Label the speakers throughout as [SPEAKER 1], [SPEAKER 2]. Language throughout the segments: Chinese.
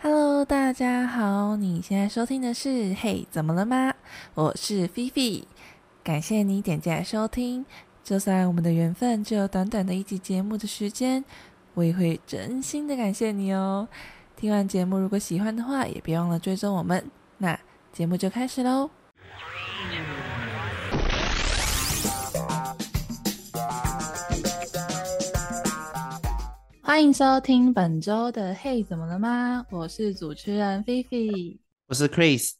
[SPEAKER 1] Hello，大家好，你现在收听的是《嘿，怎么了吗》？我是菲菲，感谢你点进来收听。就算我们的缘分只有短短的一集节目的时间，我也会真心的感谢你哦。听完节目，如果喜欢的话，也别忘了追踪我们。那节目就开始喽。欢迎收听本周的《嘿，怎么了吗》？我是主持人菲菲。
[SPEAKER 2] 我是 Chris，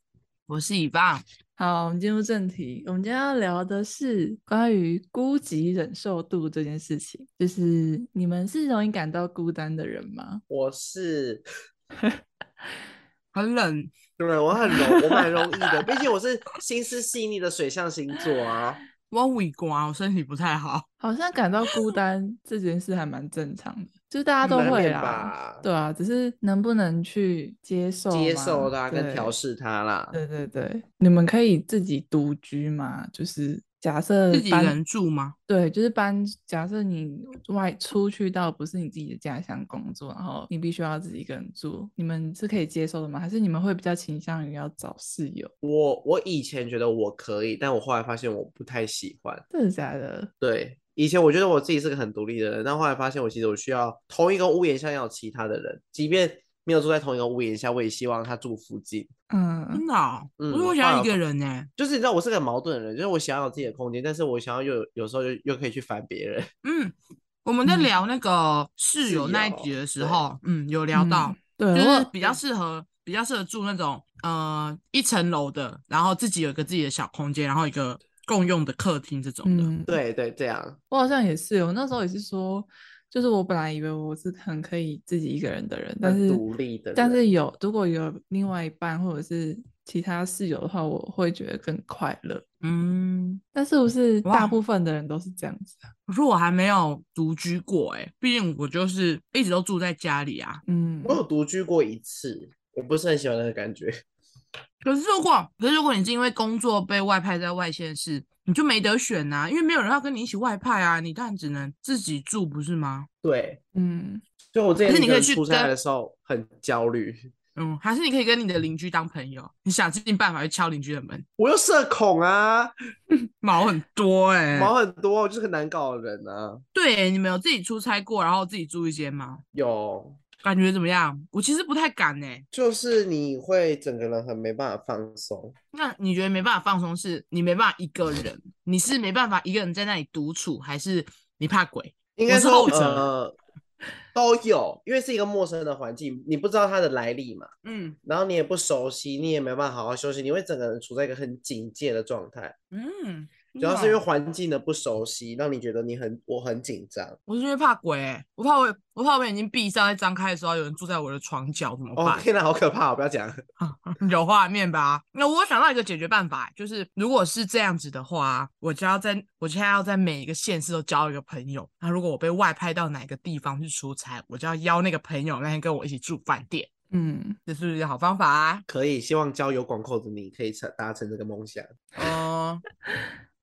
[SPEAKER 3] 我是以棒，
[SPEAKER 1] 好，我们进入正题。我们今天要聊的是关于孤寂忍受度这件事情。就是你们是容易感到孤单的人吗？
[SPEAKER 2] 我是
[SPEAKER 3] 很冷，
[SPEAKER 2] 对，我很容，我蛮容易的，毕竟我是心思细腻的水象星座 啊。
[SPEAKER 3] 我胃瓜，我身体不太好。
[SPEAKER 1] 好像感到孤单这件事还蛮正常的，就是大家都
[SPEAKER 2] 难
[SPEAKER 1] 会
[SPEAKER 2] 免
[SPEAKER 1] 啦。
[SPEAKER 2] 吧
[SPEAKER 1] 对啊，只是能不能去接受嘛？
[SPEAKER 2] 接受它跟调
[SPEAKER 1] 对。
[SPEAKER 2] 试它啦。
[SPEAKER 1] 对对对，你们可以自己独居嘛？就是假设
[SPEAKER 3] 自己
[SPEAKER 1] 搬
[SPEAKER 3] 人住吗？
[SPEAKER 1] 对，就是搬。假设你外出去到不是你自己的家乡工作，然后你必须要自己一个人住，你们是可以接受的吗？还是你们会比较倾向于要找室友？
[SPEAKER 2] 我我以前觉得我可以，但我后来发现我不太喜欢。
[SPEAKER 1] 真的假的？
[SPEAKER 2] 对，以前我觉得我自己是个很独立的人，但后来发现我其实我需要同一个屋檐下要有其他的人，即便没有住在同一个屋檐下，我也希望他住附近。
[SPEAKER 1] 嗯
[SPEAKER 3] 真，的哦、
[SPEAKER 2] 嗯
[SPEAKER 3] 我说
[SPEAKER 2] 我
[SPEAKER 3] 我想
[SPEAKER 2] 爸
[SPEAKER 3] 要一个
[SPEAKER 2] 爸
[SPEAKER 3] 人呢、
[SPEAKER 2] 就是你知道我是个很矛盾的人，就是我想要有自己的空间，但是我想要又有有时候又又可以去烦别人。
[SPEAKER 3] 嗯，我们在
[SPEAKER 1] 嗯
[SPEAKER 3] 聊那个室友那一
[SPEAKER 2] 室友
[SPEAKER 3] 集的时
[SPEAKER 2] 对
[SPEAKER 3] 候，嗯，有聊
[SPEAKER 1] 嗯
[SPEAKER 3] 到，
[SPEAKER 1] 对，
[SPEAKER 3] 就
[SPEAKER 1] 我
[SPEAKER 3] 是比较适合，比较适合住那种呃一层楼的，然后自己有一个自己的小空间，然后一个共用的客厅这种的。
[SPEAKER 1] 嗯，
[SPEAKER 2] 对对，这样。
[SPEAKER 1] 我好像也是，我那时候也是说，就是我本来以为我是很可以自己一个人的人，但
[SPEAKER 2] 很
[SPEAKER 1] 是
[SPEAKER 2] 独立的
[SPEAKER 1] 但是
[SPEAKER 2] 人
[SPEAKER 1] 有如果有另外一半或者是其他室友的话，我会觉得更快乐。
[SPEAKER 3] 嗯，
[SPEAKER 1] 但是不是大
[SPEAKER 3] 哇
[SPEAKER 1] 部分的人都是这样子啊？
[SPEAKER 3] 可是我还没有独居过哎、毕竟我就是一直都住在家里啊。
[SPEAKER 1] 嗯，
[SPEAKER 2] 我有独居过一次，我不是很喜欢那个感觉。
[SPEAKER 3] 可是如果，可是如果你是因为工作被外派在外县市，你就没得选呐、因为没有人要跟你一起外派啊，你当然只能自己住，不是吗？
[SPEAKER 2] 对，
[SPEAKER 1] 嗯，
[SPEAKER 2] 所以我之
[SPEAKER 3] 可
[SPEAKER 2] 前
[SPEAKER 3] 是
[SPEAKER 2] 一
[SPEAKER 3] 你可
[SPEAKER 2] 个人
[SPEAKER 3] 以去
[SPEAKER 2] 出差
[SPEAKER 3] 跟
[SPEAKER 2] 的时候很焦虑，
[SPEAKER 3] 嗯，还是你可以跟你的邻居当朋友，你想尽办法去敲邻居的门，
[SPEAKER 2] 我又社恐啊，
[SPEAKER 3] 毛很多哎、
[SPEAKER 2] 毛很多，我就是很难搞的人啊。
[SPEAKER 3] 对、你们有自己出差过，然后自己住一间吗？
[SPEAKER 2] 有，
[SPEAKER 3] 感觉怎么样？我其实不太敢哎、
[SPEAKER 2] 就是你会整个人很没办法放松。
[SPEAKER 3] 那你觉得没办法放松，是你没办法一个人，你是没办法一个人在那里独处，还是你怕鬼？
[SPEAKER 2] 应
[SPEAKER 3] 我
[SPEAKER 2] 该
[SPEAKER 3] 是
[SPEAKER 2] 说
[SPEAKER 3] 后者啊
[SPEAKER 2] 呃都有，因为是一个陌生的环境，你不知道它的来历嘛，
[SPEAKER 3] 嗯
[SPEAKER 2] 然后你也不熟悉，你也没办法好好休息，你会整个人处在一个很警戒的状态。
[SPEAKER 3] 嗯，
[SPEAKER 2] 主要是因为
[SPEAKER 3] 为。
[SPEAKER 2] 环境的不熟悉，让你觉得你很我很紧张。
[SPEAKER 3] 我是因为怕鬼、欸，我怕我我怕我眼睛闭上再张开的时候，有人住在我的床角怎么
[SPEAKER 2] 哦
[SPEAKER 3] 办？
[SPEAKER 2] 天哪，好可怕！不要讲，
[SPEAKER 3] 有画面吧？那我想到一个解决办法欸、就是如果是这样子的话，我就要在我现在要在每一个县市都交一个朋友。那如果我被外派到哪个地方去出差，我就要邀那个朋友那天跟我一起住饭店，
[SPEAKER 1] 嗯，
[SPEAKER 3] 这是不是一个好方法啊？
[SPEAKER 2] 可以，希望交友广阔的你可以成达成这个梦想。
[SPEAKER 3] 哦、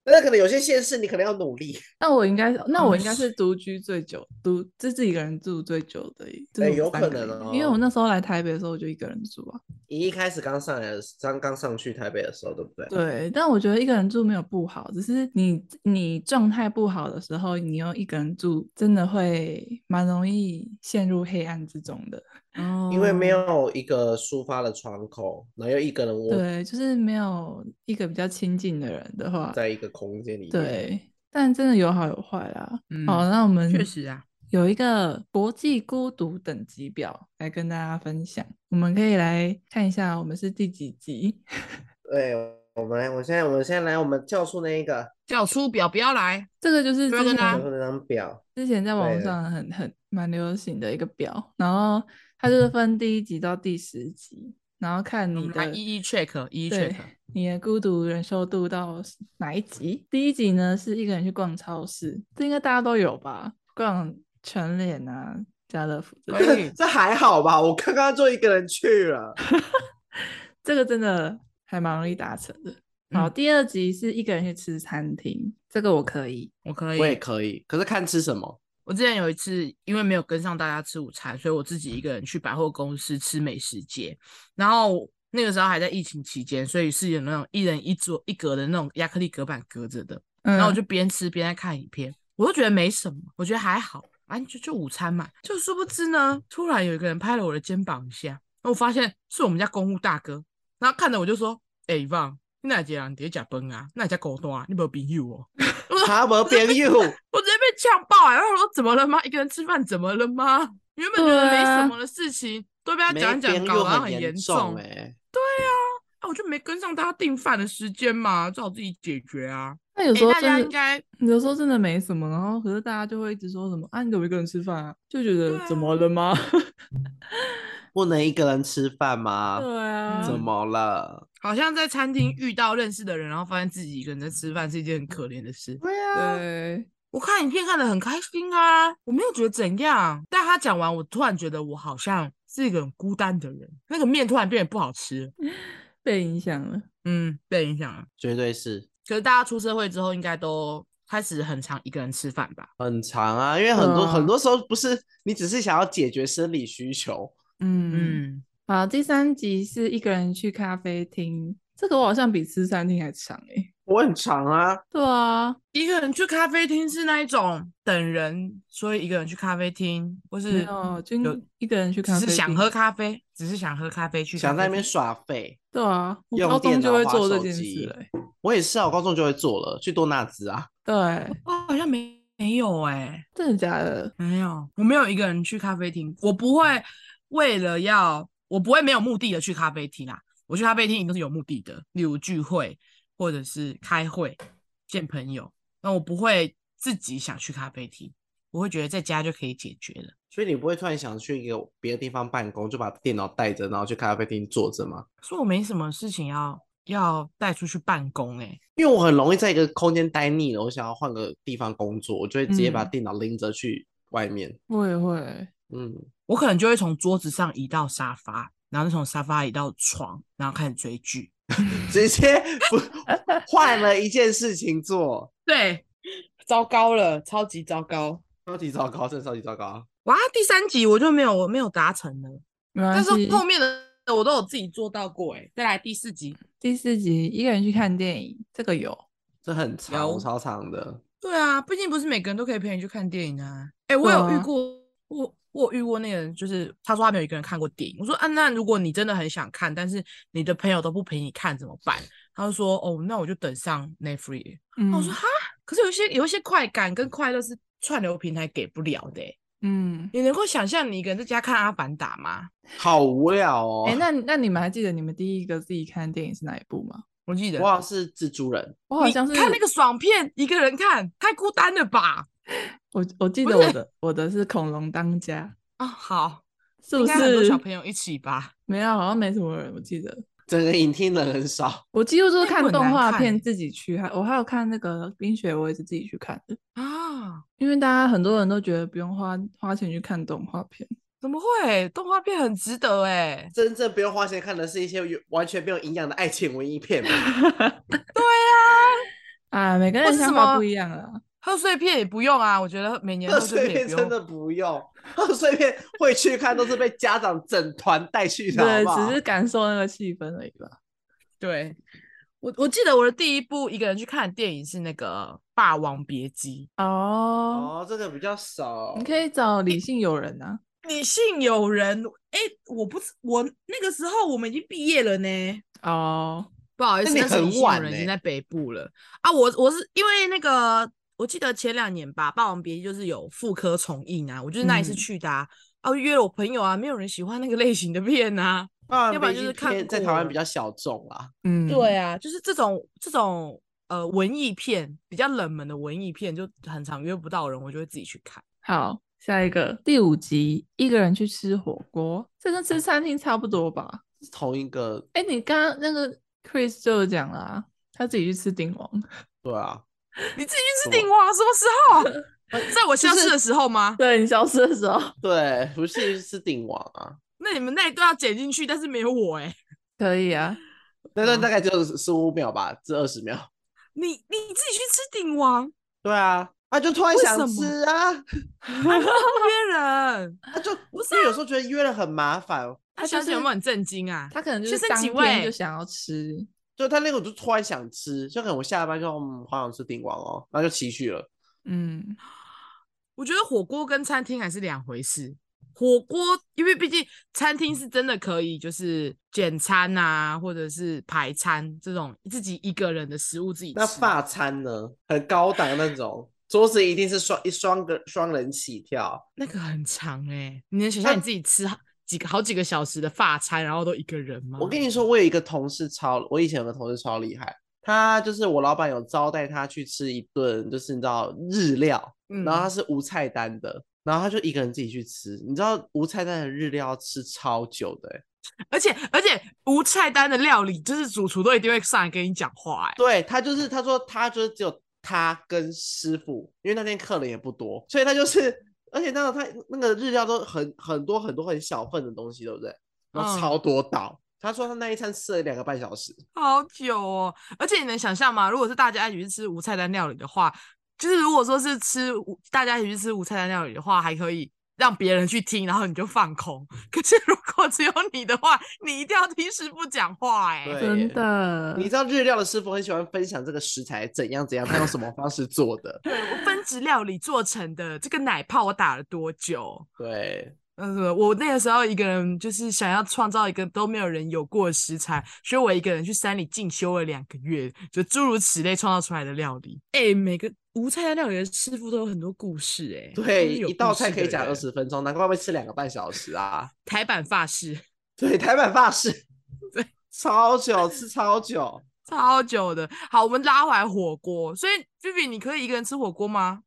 [SPEAKER 2] 但是可能有些现实，你可能要努力。
[SPEAKER 1] 那我应该，那我
[SPEAKER 3] 嗯
[SPEAKER 1] 应 该是独居最久，独就自己一个人住最久的耶，就
[SPEAKER 2] 哎
[SPEAKER 1] 是我
[SPEAKER 2] 有
[SPEAKER 1] 们三
[SPEAKER 2] 可
[SPEAKER 1] 个人
[SPEAKER 2] 能
[SPEAKER 1] 因为我
[SPEAKER 2] 哦
[SPEAKER 1] 那时候来台北的时候，我就一个人住啊。
[SPEAKER 2] 你一开始刚上来的时，刚刚上去台北的时候，对不对？
[SPEAKER 1] 对，但我觉得一个人住没有不好，只是你你状态不好的时候，你又一个人住，真的会蛮容易陷入黑暗之中的。
[SPEAKER 3] 哦
[SPEAKER 2] 因为没有一个抒发的窗口，然后又一个人窝
[SPEAKER 1] 对，就是没有一个比较亲近的人的话，
[SPEAKER 2] 在一个空间里面。，
[SPEAKER 1] 对，但真的有好有坏啦。
[SPEAKER 3] 嗯
[SPEAKER 1] 好，那我们
[SPEAKER 3] 确实啊，
[SPEAKER 1] 有一个国际孤独等级表来跟大家分享，我们可以来看一下我们是第几级。
[SPEAKER 2] 对，我们来，我现在，我们现在来，我们叫出那一个，
[SPEAKER 3] 叫出表不要来，
[SPEAKER 1] 这个就是
[SPEAKER 3] 不要
[SPEAKER 1] 之
[SPEAKER 3] 跟
[SPEAKER 1] 前
[SPEAKER 3] 大
[SPEAKER 2] 叫
[SPEAKER 3] 啊
[SPEAKER 2] 出那张表。
[SPEAKER 1] 之前在网络
[SPEAKER 2] 对
[SPEAKER 1] 上很很蛮流行的一个表，然后它就是分第一集到第十集，然后看
[SPEAKER 3] 我
[SPEAKER 1] 你
[SPEAKER 3] 们来
[SPEAKER 1] 的
[SPEAKER 3] 嗯一一 check，一一
[SPEAKER 1] 对
[SPEAKER 3] check。
[SPEAKER 1] 你的孤独忍受度到是哪一集？第一集呢是一个人去逛超市，这应该大家都有吧？逛全联啊、家乐福这
[SPEAKER 3] 可
[SPEAKER 1] 种，
[SPEAKER 3] 以
[SPEAKER 2] 这还好吧？我刚刚就一个人去了。
[SPEAKER 1] 这个真的还蛮容易达成的。好，
[SPEAKER 3] 嗯
[SPEAKER 1] 第二集是一个人去吃餐厅，这个我可以。
[SPEAKER 3] 我可以，
[SPEAKER 2] 我也可以，可是看吃什么。
[SPEAKER 3] 我之前有一次，因为没有跟上大家吃午餐，所以我自己一个人去百货公司吃美食街。然后那个时候还在疫情期间，所以是有那种一人一桌一格的那种亚克力隔板隔着的。
[SPEAKER 4] 嗯
[SPEAKER 3] 然后我就边吃边在看影片，我就觉得没什么，我觉得还好，啊，就就午餐嘛。就殊不知呢，突然有一个人拍了我的肩膀一下，然后我发现是我们家公务大哥，然后看着我就说：“哎、欸，旺，你哪一个人在假崩啊？那家狗蛋，你没有朋友哦。”
[SPEAKER 2] 他没朋友，
[SPEAKER 3] 我直接被呛爆哎、然后我说怎么了吗？一个人吃饭怎么了吗？原本觉得没
[SPEAKER 1] 啊
[SPEAKER 3] 什么的事情，都 被他
[SPEAKER 2] 没
[SPEAKER 3] 讲一讲
[SPEAKER 2] 朋
[SPEAKER 3] 搞
[SPEAKER 2] 友
[SPEAKER 3] 得好像
[SPEAKER 2] 很
[SPEAKER 3] 严
[SPEAKER 2] 重
[SPEAKER 1] 欸
[SPEAKER 2] 哎、
[SPEAKER 3] 哎、啊，我就没跟上大家订饭的时间嘛，只好自己解决啊。
[SPEAKER 1] 那有
[SPEAKER 3] 哎、
[SPEAKER 1] 时候
[SPEAKER 3] 大家
[SPEAKER 1] 真
[SPEAKER 3] 应
[SPEAKER 1] 的，
[SPEAKER 3] 该
[SPEAKER 1] 有时候真的没什么，然后可是大家就会一直说什么啊，你怎么一个人吃饭啊？就觉得
[SPEAKER 3] 对
[SPEAKER 1] 怎
[SPEAKER 3] 啊
[SPEAKER 1] 么了吗？
[SPEAKER 2] 不能一个人吃饭吗？
[SPEAKER 1] 对啊，
[SPEAKER 2] 怎么了？
[SPEAKER 3] 好像在餐厅遇到认识的人，然后发现自己一个人在吃饭是一件很可怜的事。
[SPEAKER 2] 对啊，
[SPEAKER 1] 对，
[SPEAKER 3] 我看影片看得很开心啊，我没有觉得怎样。但他讲完，我突然觉得我好像是一个很孤单的人，那个面突然变得不好吃了，
[SPEAKER 1] 被影响了。
[SPEAKER 3] 嗯，被影响了。
[SPEAKER 2] 绝对是
[SPEAKER 3] 可是大家出社会之后，应该都开始很常一个人吃饭吧？
[SPEAKER 2] 很长啊，因为很多、
[SPEAKER 3] 嗯
[SPEAKER 1] 对啊
[SPEAKER 2] 很多时候不是你只是想要解决生理需求，
[SPEAKER 1] 嗯，
[SPEAKER 3] 嗯，
[SPEAKER 1] 好，第三集是一个人去咖啡厅，这个我好像比吃餐厅还长哎、
[SPEAKER 2] 我很长啊，
[SPEAKER 1] 对啊，
[SPEAKER 3] 一个人去咖啡厅是那一种等人，所以一个人去咖啡厅，或
[SPEAKER 1] 没
[SPEAKER 3] 是
[SPEAKER 1] 有，就
[SPEAKER 3] 有
[SPEAKER 1] 一个人去
[SPEAKER 3] 只
[SPEAKER 1] 咖啡
[SPEAKER 3] 是
[SPEAKER 1] 厅，
[SPEAKER 3] 想喝咖啡，只是想喝咖啡去
[SPEAKER 2] 想
[SPEAKER 3] 咖
[SPEAKER 2] 在
[SPEAKER 3] 啡
[SPEAKER 2] 那边
[SPEAKER 3] 厅
[SPEAKER 2] 耍废。
[SPEAKER 1] 对啊，我
[SPEAKER 2] 用
[SPEAKER 1] 高中
[SPEAKER 2] 电
[SPEAKER 1] 就
[SPEAKER 2] 脑
[SPEAKER 1] 会
[SPEAKER 2] 滑
[SPEAKER 1] 做这
[SPEAKER 2] 手
[SPEAKER 1] 件
[SPEAKER 2] 机
[SPEAKER 1] 事了欸、
[SPEAKER 2] 我也是啊，我高中就会做了，去多纳兹啊，
[SPEAKER 1] 对，
[SPEAKER 3] 我哦好像没没有哎、
[SPEAKER 1] 真的假的？
[SPEAKER 3] 没有，我没有一个人去咖啡厅，我不会为了要，我不会没有目的的去咖啡厅啊。我去咖啡厅一定都是有目的的，例如聚会或者是开会、见朋友。那我不会自己想去咖啡厅，我会觉得在家就可以解决了。
[SPEAKER 2] 所以你不会突然想去一个别的地方办公，就把电脑带着，然后去咖啡厅坐着吗？
[SPEAKER 3] 所以我没什么事情要要带出去办公、欸，
[SPEAKER 2] 因为我很容易在一个空间待腻了，我想要换个地方工作，我就会直接把
[SPEAKER 1] 嗯
[SPEAKER 2] 电脑拎着去外面。
[SPEAKER 1] 我也会，
[SPEAKER 2] 嗯，
[SPEAKER 3] 我可能就会从桌子上移到沙发，然后再从沙发移到床，然后开始追剧。
[SPEAKER 2] 直接不换了一件事情做，
[SPEAKER 3] 对，糟糕了，超级糟糕。
[SPEAKER 2] 超级糟糕，真的超级糟糕。
[SPEAKER 3] 哇，第三集我就没有我没有达成了，
[SPEAKER 1] 没关
[SPEAKER 3] 但啊是
[SPEAKER 1] 系。
[SPEAKER 3] 后面的我都有自己做到过哎、再来第四集，
[SPEAKER 1] 第四集一个人去看电影，这个有，
[SPEAKER 2] 这很长，
[SPEAKER 3] 有
[SPEAKER 2] 超长的。
[SPEAKER 3] 对啊，毕竟不是每个人都可以陪你去看电影啊。哎、我
[SPEAKER 1] 对
[SPEAKER 3] 有遇
[SPEAKER 1] 啊
[SPEAKER 3] 过，我我有遇过那个人，就是他说他没有一个人看过电影。我说啊，那如果你真的很想看，但是你的朋友都不陪你看怎么办？他就说哦，那我就等上 Netflix。
[SPEAKER 1] 嗯，
[SPEAKER 3] 我说哈，可是有一些有一些快感跟快乐是串流平台给不了的、欸。
[SPEAKER 1] 嗯，
[SPEAKER 3] 你能够想象你一个人在家看《阿凡达》吗？
[SPEAKER 2] 好无聊哦。
[SPEAKER 1] 哎、那那你们还记得你们第一个自己看的电影是哪一部吗？
[SPEAKER 3] 我记得
[SPEAKER 2] 我好像是蜘蛛人，
[SPEAKER 1] 我哦好
[SPEAKER 3] 你
[SPEAKER 1] 像是
[SPEAKER 3] 看那个，爽片，一个人看太孤单了吧？
[SPEAKER 1] 我我记
[SPEAKER 3] 不
[SPEAKER 1] 得我
[SPEAKER 3] 是
[SPEAKER 1] 的我的是恐龙当家，
[SPEAKER 3] 啊、好，
[SPEAKER 1] 是不
[SPEAKER 3] 应该很多
[SPEAKER 1] 是？
[SPEAKER 3] 小朋友一起吧？
[SPEAKER 1] 没有，好像没什么人，我记得。
[SPEAKER 2] 整个影厅人很少。
[SPEAKER 1] 我几乎都
[SPEAKER 3] 那
[SPEAKER 1] 是看
[SPEAKER 3] 部很
[SPEAKER 1] 动
[SPEAKER 3] 难
[SPEAKER 1] 画
[SPEAKER 3] 看欸
[SPEAKER 1] 片自己去，还我还有看那个《冰雪》，我也是自己去看的，
[SPEAKER 3] 啊，
[SPEAKER 1] 因为大家很多人都觉得不用花花钱去看动画片，
[SPEAKER 3] 怎么会？动画片很值得哎、
[SPEAKER 2] 真正不用花钱看的是一些完全没有营养的爱情文艺片吧。
[SPEAKER 3] 哎
[SPEAKER 1] 啊，每个
[SPEAKER 3] 或
[SPEAKER 1] 人
[SPEAKER 3] 是
[SPEAKER 1] 想
[SPEAKER 3] 什
[SPEAKER 1] 法不
[SPEAKER 3] 么
[SPEAKER 1] 一样啊。
[SPEAKER 3] 贺岁片也不用啊，我觉得每年
[SPEAKER 2] 贺
[SPEAKER 3] 贺岁
[SPEAKER 2] 岁
[SPEAKER 3] 片也
[SPEAKER 2] 片
[SPEAKER 3] 不
[SPEAKER 2] 真
[SPEAKER 3] 用。
[SPEAKER 2] 的不用，贺岁片会去看都是被家长整团带去的，好
[SPEAKER 1] 对
[SPEAKER 2] 不，好
[SPEAKER 1] 只是感受那个气氛而已吧。
[SPEAKER 3] 对，我我记得我的第一部一个人去看的电影是那个《霸王别姬
[SPEAKER 1] 哦，
[SPEAKER 2] 哦，这个比较少。
[SPEAKER 1] 你可以找理性友人啊。》。
[SPEAKER 3] 女性友人，哎、我不是我那个时候我们已经毕业了呢。
[SPEAKER 1] 哦，
[SPEAKER 3] 不好意
[SPEAKER 2] 那
[SPEAKER 3] 思，
[SPEAKER 2] 你
[SPEAKER 3] 但是
[SPEAKER 2] 很
[SPEAKER 3] 隐形有
[SPEAKER 2] 晚
[SPEAKER 3] 人已
[SPEAKER 2] 欸
[SPEAKER 3] 经在北部了啊！我我是因为那个，我记得前两年吧，《霸王别姬》就是有妇科重映啊，我就是那一次
[SPEAKER 1] 嗯
[SPEAKER 3] 去的啊。啊，约了我朋友啊，没有人喜欢那个类型的片啊。
[SPEAKER 2] 啊
[SPEAKER 3] 要不然
[SPEAKER 2] 北
[SPEAKER 3] 就是
[SPEAKER 2] 极
[SPEAKER 3] 看
[SPEAKER 2] 片在
[SPEAKER 3] 过
[SPEAKER 2] 台湾
[SPEAKER 3] 了
[SPEAKER 2] 比较小众啦。
[SPEAKER 1] 嗯，
[SPEAKER 3] 对啊，就是这种这种呃文艺片，比较冷门的文艺片，就很常约不到人，我就会自己去看。
[SPEAKER 1] 好，下一个第五集，一个人去吃火锅，这跟吃餐厅差不多吧？
[SPEAKER 2] 是同一个，
[SPEAKER 1] 哎、你刚刚那个 Chris 就有讲啦、他自己去吃鼎王，
[SPEAKER 2] 对啊，
[SPEAKER 3] 你自己去吃
[SPEAKER 2] 什么
[SPEAKER 3] 鼎王什 么时候？在我消
[SPEAKER 1] 是
[SPEAKER 3] 失的时候吗？
[SPEAKER 1] 对你消失的时候，
[SPEAKER 2] 对，不是是鼎王啊，
[SPEAKER 3] 那你们那一段要剪进去，但是没有我哎、
[SPEAKER 1] 可以 啊，
[SPEAKER 2] 那段大概就十五秒吧，至二十秒。
[SPEAKER 3] 你你自己去吃鼎王，
[SPEAKER 2] 对啊， 啊，就突然
[SPEAKER 3] 为
[SPEAKER 2] 想
[SPEAKER 3] 什么
[SPEAKER 2] 吃啊，
[SPEAKER 3] 约人，
[SPEAKER 2] 啊就因为有时候觉得约了很麻烦，哦
[SPEAKER 3] 他小姐有没有很震惊啊？
[SPEAKER 1] 他可能就
[SPEAKER 3] 学
[SPEAKER 1] 是
[SPEAKER 3] 生
[SPEAKER 1] 当
[SPEAKER 3] 几
[SPEAKER 1] 天
[SPEAKER 3] 位
[SPEAKER 1] 就想要吃，
[SPEAKER 2] 就他那个我就突然想吃，就可能我下了班就嗯好想吃鼎王哦，然后就骑去了。
[SPEAKER 1] 嗯，
[SPEAKER 3] 我觉得火锅跟餐厅还是两回事。火锅，因为毕竟餐厅是真的可以，就是简餐啊，或者是排餐这种自己一个人的食物自己吃。
[SPEAKER 2] 那法餐呢，很高档那种，桌子一定是双一双个双人起跳，
[SPEAKER 3] 那个很长哎、你能想象
[SPEAKER 2] 那
[SPEAKER 3] 你自己吃好几个好几个小时的法餐，然后都一个人吗？
[SPEAKER 2] 我跟你说，我有一个同事超，我以前有个同事超厉害，他就是我老板有招待他去吃一顿，就是你知道日料，
[SPEAKER 3] 嗯，
[SPEAKER 2] 然后他是无菜单的，然后他就一个人自己去吃，你知道无菜单的日料要吃超久的欸、
[SPEAKER 3] 而且而且无菜单的料理，就是主厨都一定会上来跟你讲话哎、
[SPEAKER 2] 对他就是他说他就是只有他跟师傅，因为那天客人也不多，所以他就是，而且那个他那个日料都很很多很多很小份的东西，对不对？然后
[SPEAKER 3] 嗯
[SPEAKER 2] 超多道，他说他那一餐吃了两个半小时，
[SPEAKER 3] 好久哦！而且你能想象吗？如果是大家一起去吃无菜单料理的话，就是如果说是吃无大家一起去吃无菜单料理的话，还可以让别人去听，然后你就放空。 可是如果只有你的话，你一定要听师傅讲话哎、
[SPEAKER 2] 对
[SPEAKER 1] 真的，
[SPEAKER 3] 嗯。
[SPEAKER 2] 你知道日料的师傅很喜欢分享这个食材怎样怎样，他用什么方式做的
[SPEAKER 3] 对我分子料理做成的这个奶泡，我打了多久？
[SPEAKER 2] 对，
[SPEAKER 3] 嗯，我那个时候一个人就是想要创造一个都没有人有过的食材，所以我一个人去山里进修了两个月，就诸如此类创造出来的料理。哎、每个无菜单料理的师傅都有很多故事、哎，都
[SPEAKER 2] 对，
[SPEAKER 3] 是有
[SPEAKER 2] 一
[SPEAKER 3] 故
[SPEAKER 2] 道
[SPEAKER 3] 事
[SPEAKER 2] 菜可以
[SPEAKER 3] 的
[SPEAKER 2] 讲
[SPEAKER 3] 人
[SPEAKER 2] 二。十分钟，难怪会吃两个半小时啊。
[SPEAKER 3] 台版法式
[SPEAKER 2] 对，台版法式，
[SPEAKER 3] 对，
[SPEAKER 2] 超久，吃超久。
[SPEAKER 3] 超久的。好，我们拉回来火锅，所以 Vivi 你可以一个人吃火锅吗？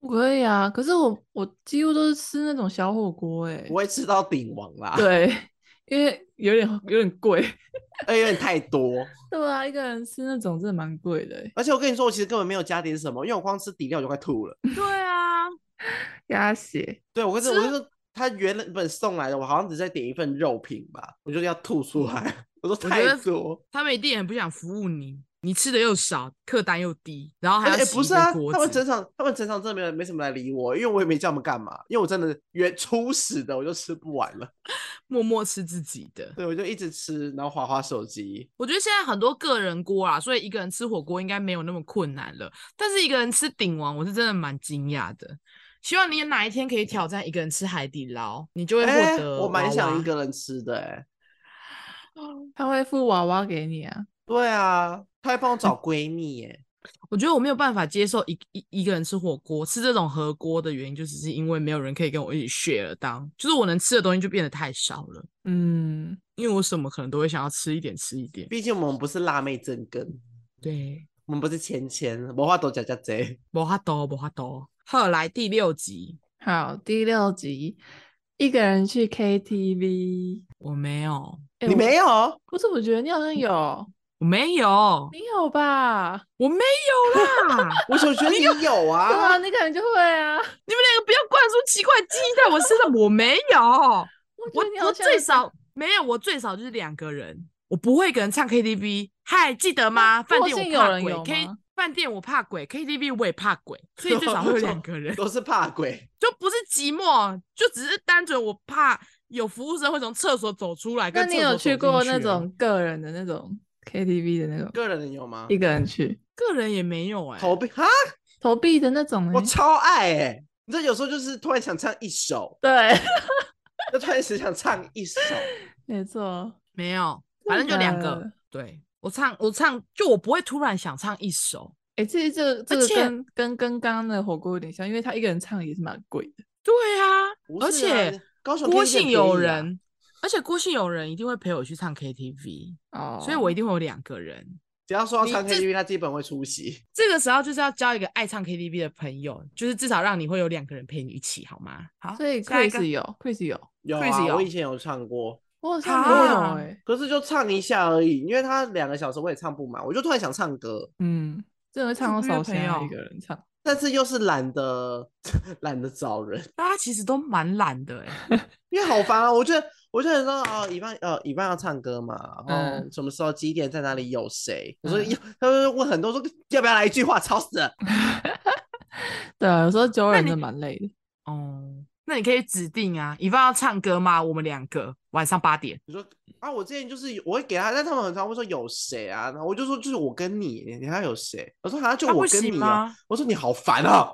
[SPEAKER 1] 我可以啊，可是我我几乎都是吃那种小火锅、欸，
[SPEAKER 2] 不会吃到顶王啦，，
[SPEAKER 1] 对， 因为有点有点贵，
[SPEAKER 2] 而且有点太多。
[SPEAKER 1] 对啊，一个人吃那种真的蛮贵的、欸，
[SPEAKER 2] 而且我跟你说，我其实根本没有加点什么，因为我光吃底料我就快吐了。
[SPEAKER 3] 对啊，
[SPEAKER 1] 鸭血，
[SPEAKER 2] 对，我跟你说，我就说他原本送来的，我好像只再点一份肉品吧，我就要吐出来。我说
[SPEAKER 3] 嗯觉
[SPEAKER 2] 太
[SPEAKER 3] 得
[SPEAKER 2] 多，
[SPEAKER 3] 他们一定很不想服务你，你吃的又少，客单又低，然后还要
[SPEAKER 2] 而且
[SPEAKER 3] 洗
[SPEAKER 2] 不
[SPEAKER 3] 一
[SPEAKER 2] 是
[SPEAKER 3] 堆
[SPEAKER 2] 啊，
[SPEAKER 3] 锅
[SPEAKER 2] 他们
[SPEAKER 3] 子
[SPEAKER 2] 整场他们整场真的没有没什么来理我，因为我也没叫他们干嘛，因为我真的原初始的我就吃不完了，
[SPEAKER 3] 默默吃自己的。
[SPEAKER 2] 对我就一直吃，然后划划手机。
[SPEAKER 3] 我觉得现在很多个人锅啊，所以一个人吃火锅应该没有那么困难了。但是一个人吃鼎王，我是真的蛮惊讶的。希望你有哪一天可以挑战一个人吃海底捞，你就会获
[SPEAKER 2] 哎、
[SPEAKER 3] 得、
[SPEAKER 2] 我蛮想一。个人吃的、哎，
[SPEAKER 1] 他会付娃娃给你啊，
[SPEAKER 2] 对啊，他还帮我
[SPEAKER 3] 嗯
[SPEAKER 2] 找闺蜜、哎，
[SPEAKER 3] 我觉得我没有办法接受一一一个人吃火锅，吃这种合锅的原因，就只是因为没有人可以跟我一起 share 当，就是我能吃的东西就变得太少了，
[SPEAKER 1] 嗯，
[SPEAKER 3] 因为我什么可能都会想要吃一点吃一点。
[SPEAKER 2] 毕竟我们不是辣妹正
[SPEAKER 3] 嗯
[SPEAKER 2] 根，
[SPEAKER 3] 对，
[SPEAKER 2] 我们不是芊芊，文化都假假贼。
[SPEAKER 3] 无法多，无法多。后来第六集
[SPEAKER 1] 好，第六集，一个人去 KTV，
[SPEAKER 3] 我没有，
[SPEAKER 1] 欸
[SPEAKER 2] 你
[SPEAKER 1] 我
[SPEAKER 2] 没有？
[SPEAKER 1] 我怎么觉得你好像有？
[SPEAKER 3] 我没有，
[SPEAKER 1] 你有吧？
[SPEAKER 3] 我没有啦。
[SPEAKER 2] 我总 觉得你有
[SPEAKER 1] 对啊，
[SPEAKER 2] 啊。，
[SPEAKER 1] 你可能就会啊。
[SPEAKER 3] 你们两个不要灌输奇怪记忆在我身上，我没有，
[SPEAKER 1] 我觉
[SPEAKER 3] 我
[SPEAKER 1] 得你好
[SPEAKER 3] 我
[SPEAKER 1] 像
[SPEAKER 3] 最
[SPEAKER 1] 有
[SPEAKER 3] 少没有，我最少就是两个人，我不会一个人唱 KTV。嗨，记得吗？饭
[SPEAKER 1] 附
[SPEAKER 3] 店
[SPEAKER 1] 近
[SPEAKER 3] 我
[SPEAKER 1] 有
[SPEAKER 3] 怕
[SPEAKER 1] 人
[SPEAKER 3] 鬼
[SPEAKER 1] 有
[SPEAKER 3] ，K
[SPEAKER 1] 吗
[SPEAKER 3] 饭店我怕鬼，KTV 我也怕 鬼，所以最少会有两个人
[SPEAKER 2] 都是怕鬼，
[SPEAKER 3] 就不是寂寞，就只是单纯我怕有服务生会从厕所走出来。
[SPEAKER 1] 那
[SPEAKER 3] 跟
[SPEAKER 1] 你
[SPEAKER 3] 厕所
[SPEAKER 1] 有
[SPEAKER 3] 走进去
[SPEAKER 1] 过那
[SPEAKER 3] 啊
[SPEAKER 1] 种个人的那种 KTV 的那 种，
[SPEAKER 2] 个人的有吗？
[SPEAKER 1] 一个人去
[SPEAKER 3] 个人也没有哎、
[SPEAKER 2] 投币哈，
[SPEAKER 1] 投币的那种、
[SPEAKER 2] 我
[SPEAKER 1] 欸？
[SPEAKER 2] 超爱哎、你这有时候就是突然想唱一首，
[SPEAKER 1] 对，
[SPEAKER 2] 就突然只想唱一首。
[SPEAKER 1] 没错，
[SPEAKER 3] 没有，
[SPEAKER 1] 真
[SPEAKER 3] 反正就两
[SPEAKER 1] 的
[SPEAKER 3] 个。对我唱我唱，就我不会突然想唱一首。
[SPEAKER 1] 哎、其实这这
[SPEAKER 3] 而
[SPEAKER 1] 个
[SPEAKER 3] 且
[SPEAKER 1] 跟跟跟刚刚的火锅有点像，因为他一个人唱也是蛮贵的。
[SPEAKER 3] 对啊，
[SPEAKER 2] 不
[SPEAKER 3] 而
[SPEAKER 2] 是啊
[SPEAKER 3] 且
[SPEAKER 2] 高雄
[SPEAKER 3] 郭
[SPEAKER 2] 天气
[SPEAKER 3] 姓
[SPEAKER 2] 很
[SPEAKER 3] 友
[SPEAKER 2] 便宜啊
[SPEAKER 3] 人，而且郭姓友人一定会陪我去唱 KTV，、
[SPEAKER 1] 哦
[SPEAKER 3] 所以我一定会有两个人。
[SPEAKER 2] 只要说要
[SPEAKER 3] 你
[SPEAKER 2] 唱
[SPEAKER 3] 这
[SPEAKER 2] KTV，他基本会出席。
[SPEAKER 3] 这个时候就是要交一个爱唱 KTV 的朋友，就是至少让你会有两个人陪你一起，好吗？好，
[SPEAKER 1] 所以
[SPEAKER 3] 啊下一个
[SPEAKER 1] Chris 有 Chris 有，
[SPEAKER 2] 有
[SPEAKER 3] Chris
[SPEAKER 2] 啊，
[SPEAKER 3] 有
[SPEAKER 2] 我以前有唱过，
[SPEAKER 1] 我好像没有
[SPEAKER 3] 啊
[SPEAKER 1] 哎、
[SPEAKER 2] 可是就唱一下而已，因为他两个小时我也唱不满，我就突然想唱歌，
[SPEAKER 1] 嗯，真的会唱到
[SPEAKER 3] 是不是
[SPEAKER 1] 烧香啊
[SPEAKER 3] 朋友
[SPEAKER 1] 一个人唱。
[SPEAKER 2] 但是又是懒得 懒得找人，
[SPEAKER 3] 大家其实都蛮懒的哎、
[SPEAKER 2] 因为好烦啊！我觉得，我就很说啊，一半呃，一半要唱歌嘛，然后
[SPEAKER 1] 嗯
[SPEAKER 2] 什么时候几点在哪里有谁？我说
[SPEAKER 1] 嗯
[SPEAKER 2] 要，他们问很多说要不要来一句话，吵死了。
[SPEAKER 1] 对啊，有时候揪人
[SPEAKER 3] 你
[SPEAKER 1] 真的蛮累的。
[SPEAKER 3] 哦，那你可以指定啊，以方要唱歌吗？我们两个晚上八点。
[SPEAKER 2] 你说啊，我之前就是有我会给他，但他们很常会说有谁啊，然后我就说就是我跟你，你你还有谁？我说好像就
[SPEAKER 3] 啊
[SPEAKER 2] 我
[SPEAKER 3] 不
[SPEAKER 2] 跟
[SPEAKER 3] 行
[SPEAKER 2] 你啊
[SPEAKER 3] 吗，
[SPEAKER 2] 我说你好烦啊，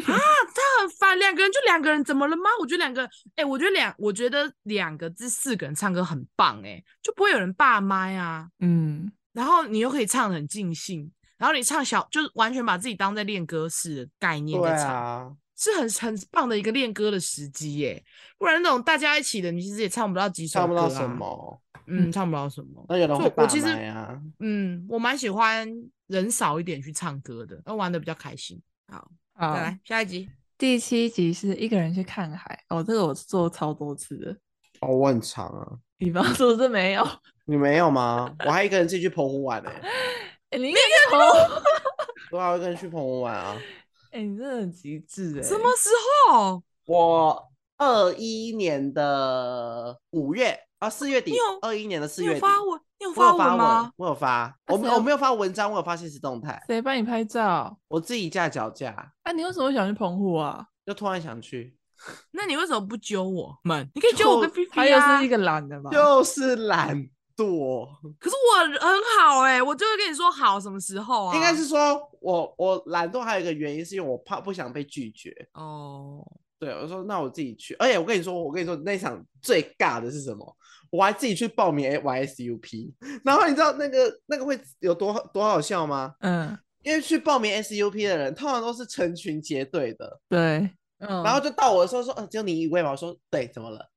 [SPEAKER 3] 他很烦，两个人就两个人，怎么了吗？我觉得两个，哎、我觉得两，我觉得两个至四个人唱歌很棒、哎，就不会有人霸麦啊。
[SPEAKER 1] 嗯，
[SPEAKER 3] 然后你又可以唱得很尽兴，然后你唱小就是完全把自己当在练歌式的概念
[SPEAKER 2] 对
[SPEAKER 3] 在唱，
[SPEAKER 2] 啊，
[SPEAKER 3] 是很很棒的一个练歌的时机耶。不然那种大家一起的，你其实也唱不到几首、啊
[SPEAKER 2] 看不到什，么，
[SPEAKER 3] 嗯，唱不到什么。
[SPEAKER 2] 那有人
[SPEAKER 3] 就
[SPEAKER 2] 会
[SPEAKER 3] 我
[SPEAKER 2] 霸
[SPEAKER 3] 其实
[SPEAKER 2] 麦啊。
[SPEAKER 3] 嗯，我蛮喜欢人少一点去唱歌的，那玩的比较开心。好，
[SPEAKER 1] 好
[SPEAKER 3] 再，来下一集。
[SPEAKER 1] 第七集是一个人去看海，哦，这个我做超多次的。
[SPEAKER 2] 哦，我很长啊，
[SPEAKER 1] 你方是不是没有？
[SPEAKER 2] 你没有吗？我还一个人自己去澎湖玩呢、欸
[SPEAKER 1] 哎你应该有。
[SPEAKER 2] 对啊，我一个人去澎湖玩啊。
[SPEAKER 1] 哎，你真的很极致哎。
[SPEAKER 3] 什么？时候？
[SPEAKER 2] 我二一年的五月啊，四月底
[SPEAKER 3] 你有，
[SPEAKER 2] 二一年的四
[SPEAKER 3] 你
[SPEAKER 2] 月
[SPEAKER 3] 有
[SPEAKER 2] 底，
[SPEAKER 3] 发文？你有
[SPEAKER 2] 我有
[SPEAKER 3] 文
[SPEAKER 2] 发文
[SPEAKER 3] 吗？，啊哦
[SPEAKER 2] 我有发，
[SPEAKER 1] 那
[SPEAKER 2] 我没
[SPEAKER 1] 谁要
[SPEAKER 2] 我没有发文章，我有发现实动态，
[SPEAKER 1] 谁帮你拍照？
[SPEAKER 2] 我自己架脚架，
[SPEAKER 1] 啊，你为什么会想去澎湖啊？
[SPEAKER 2] 就突然想去，
[SPEAKER 3] 那你为什么不揪我们？你可以揪我跟
[SPEAKER 2] 就
[SPEAKER 3] 菲
[SPEAKER 1] 他
[SPEAKER 3] 菲
[SPEAKER 1] 又
[SPEAKER 3] 啊
[SPEAKER 1] 是一。个懒的嘛。
[SPEAKER 2] 就是懒惰，
[SPEAKER 3] 可是我很好哎、我就会跟你说好什么时候啊？
[SPEAKER 2] 应该是说我我懒惰还有一个原因是因为我怕不想被拒绝，
[SPEAKER 3] 哦，
[SPEAKER 2] 对我说那我自己去，而且我跟你说，我跟你说那场最尬的是什么？我还自己去报名 YSUP，然后你知道那个那个会有多多好笑吗？
[SPEAKER 1] 嗯，
[SPEAKER 2] 因为去报名 SUP 的人，通常都是成群结队的，
[SPEAKER 1] 对，
[SPEAKER 3] 嗯
[SPEAKER 2] 然后就到我的时候说，呃，只有你一位嘛。我说，对，怎么了？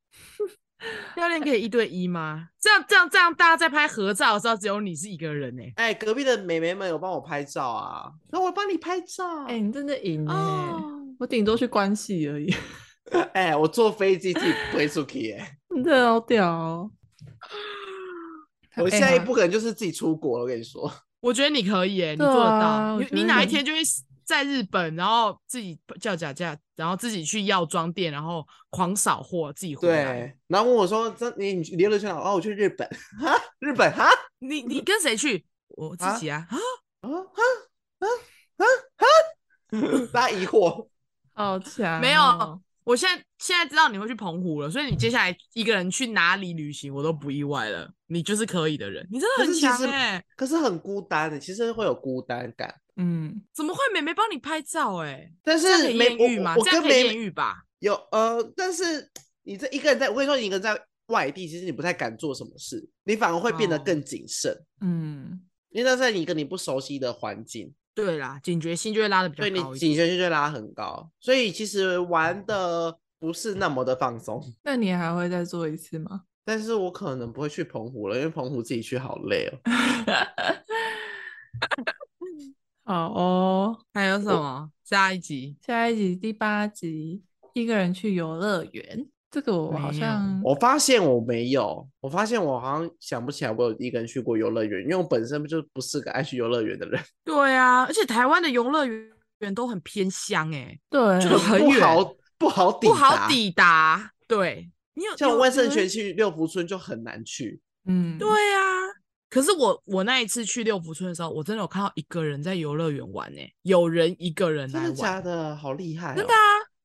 [SPEAKER 3] 教练可以一对一吗？这样这样这样，大家在拍合照的时候，只有你是一个人哎、
[SPEAKER 2] 哎，隔壁的美眉们有帮我拍照啊，那我帮你拍照。
[SPEAKER 1] 哎，你真的赢哎。
[SPEAKER 3] 哦，
[SPEAKER 1] 我顶多去关系而已，
[SPEAKER 2] 哎，我坐飞机自己飞出去， 哎，
[SPEAKER 1] 真的好屌哦！
[SPEAKER 2] 我
[SPEAKER 1] 哎
[SPEAKER 2] 下一
[SPEAKER 1] 好
[SPEAKER 2] 步可能就是自己出国了。我跟你说，
[SPEAKER 3] 我觉得你可以哎、你
[SPEAKER 1] 对
[SPEAKER 3] 做得
[SPEAKER 1] 啊
[SPEAKER 3] 到。
[SPEAKER 1] 我
[SPEAKER 3] 你
[SPEAKER 1] 觉
[SPEAKER 3] 你
[SPEAKER 1] 得
[SPEAKER 3] 哪一
[SPEAKER 1] 你
[SPEAKER 3] 天就会在日本，然后自己叫假假，然后自己去药妆店，然后狂扫货，自己回来。
[SPEAKER 2] 对，然后问我说，这你你留了去哪？哦，我去日本，哈，日本哈，
[SPEAKER 3] 你你跟谁去？我自
[SPEAKER 2] 啊
[SPEAKER 3] 己啊。
[SPEAKER 2] 啊哈啊啊哈，大家疑惑，
[SPEAKER 1] 好强、哦
[SPEAKER 3] 没有我现在现在知道你会去澎湖了，所以你接下来一个人去哪里旅行，我都不意外了。你就是可以的人，你真
[SPEAKER 2] 可
[SPEAKER 3] 的很
[SPEAKER 2] 是其
[SPEAKER 3] 强
[SPEAKER 2] 实
[SPEAKER 3] 哎、
[SPEAKER 2] 可是很孤单的，其实会有孤单感。
[SPEAKER 1] 嗯，
[SPEAKER 3] 怎么会美眉帮你拍照哎、
[SPEAKER 2] 但
[SPEAKER 3] 这样可
[SPEAKER 2] 是
[SPEAKER 3] 以
[SPEAKER 2] 没
[SPEAKER 3] 艳
[SPEAKER 2] 我
[SPEAKER 3] 遇
[SPEAKER 2] 我
[SPEAKER 3] 吗？
[SPEAKER 2] 我
[SPEAKER 3] 这样
[SPEAKER 2] 跟
[SPEAKER 3] 可以
[SPEAKER 2] 没
[SPEAKER 3] 艳遇吧？
[SPEAKER 2] 有呃，但是你这一个人在，我跟你说，你一个人在外地，其实你不太敢做什么事，你反而会变得
[SPEAKER 3] 哦
[SPEAKER 2] 更谨慎，
[SPEAKER 1] 嗯，
[SPEAKER 2] 因为那在你一个你不熟悉的环境，
[SPEAKER 3] 对啦，警觉性就会拉的比较
[SPEAKER 2] 对你
[SPEAKER 3] 高一点。嗯
[SPEAKER 2] 警觉性就会拉很高，所以其实玩的不是那么的放松。
[SPEAKER 1] 那你还会再做一次吗？
[SPEAKER 2] 但是我可能不会去澎湖了，因为澎湖自己去好累哦。
[SPEAKER 1] 好哦，
[SPEAKER 3] 还有什么？下一集
[SPEAKER 1] 下一集第八集，一个人去游乐园，这个我好
[SPEAKER 3] 没有
[SPEAKER 1] 像
[SPEAKER 2] 我发现我没有，我发现我好像想不起来我有一个人去过游乐园，因为我本身就不是个爱去游乐园的人，
[SPEAKER 3] 对啊，而且台湾的游乐园都很偏乡哎、
[SPEAKER 1] 对
[SPEAKER 3] 这个很
[SPEAKER 2] 不
[SPEAKER 3] 远
[SPEAKER 2] 好不好抵
[SPEAKER 3] 不好
[SPEAKER 2] 达。
[SPEAKER 3] 抵达。对你有
[SPEAKER 2] 像
[SPEAKER 3] 有
[SPEAKER 2] 万
[SPEAKER 3] 有
[SPEAKER 2] 圣
[SPEAKER 3] 人
[SPEAKER 2] 泉去六福村就很难去，
[SPEAKER 1] 嗯，
[SPEAKER 3] 对啊，可是我我那一次去六福村的时候，我真的有看到一个人在游乐园玩诶、有人一个人
[SPEAKER 2] 真
[SPEAKER 3] 来
[SPEAKER 2] 的
[SPEAKER 3] 玩，
[SPEAKER 2] 假的？好厉害、哦！
[SPEAKER 3] 真的啊，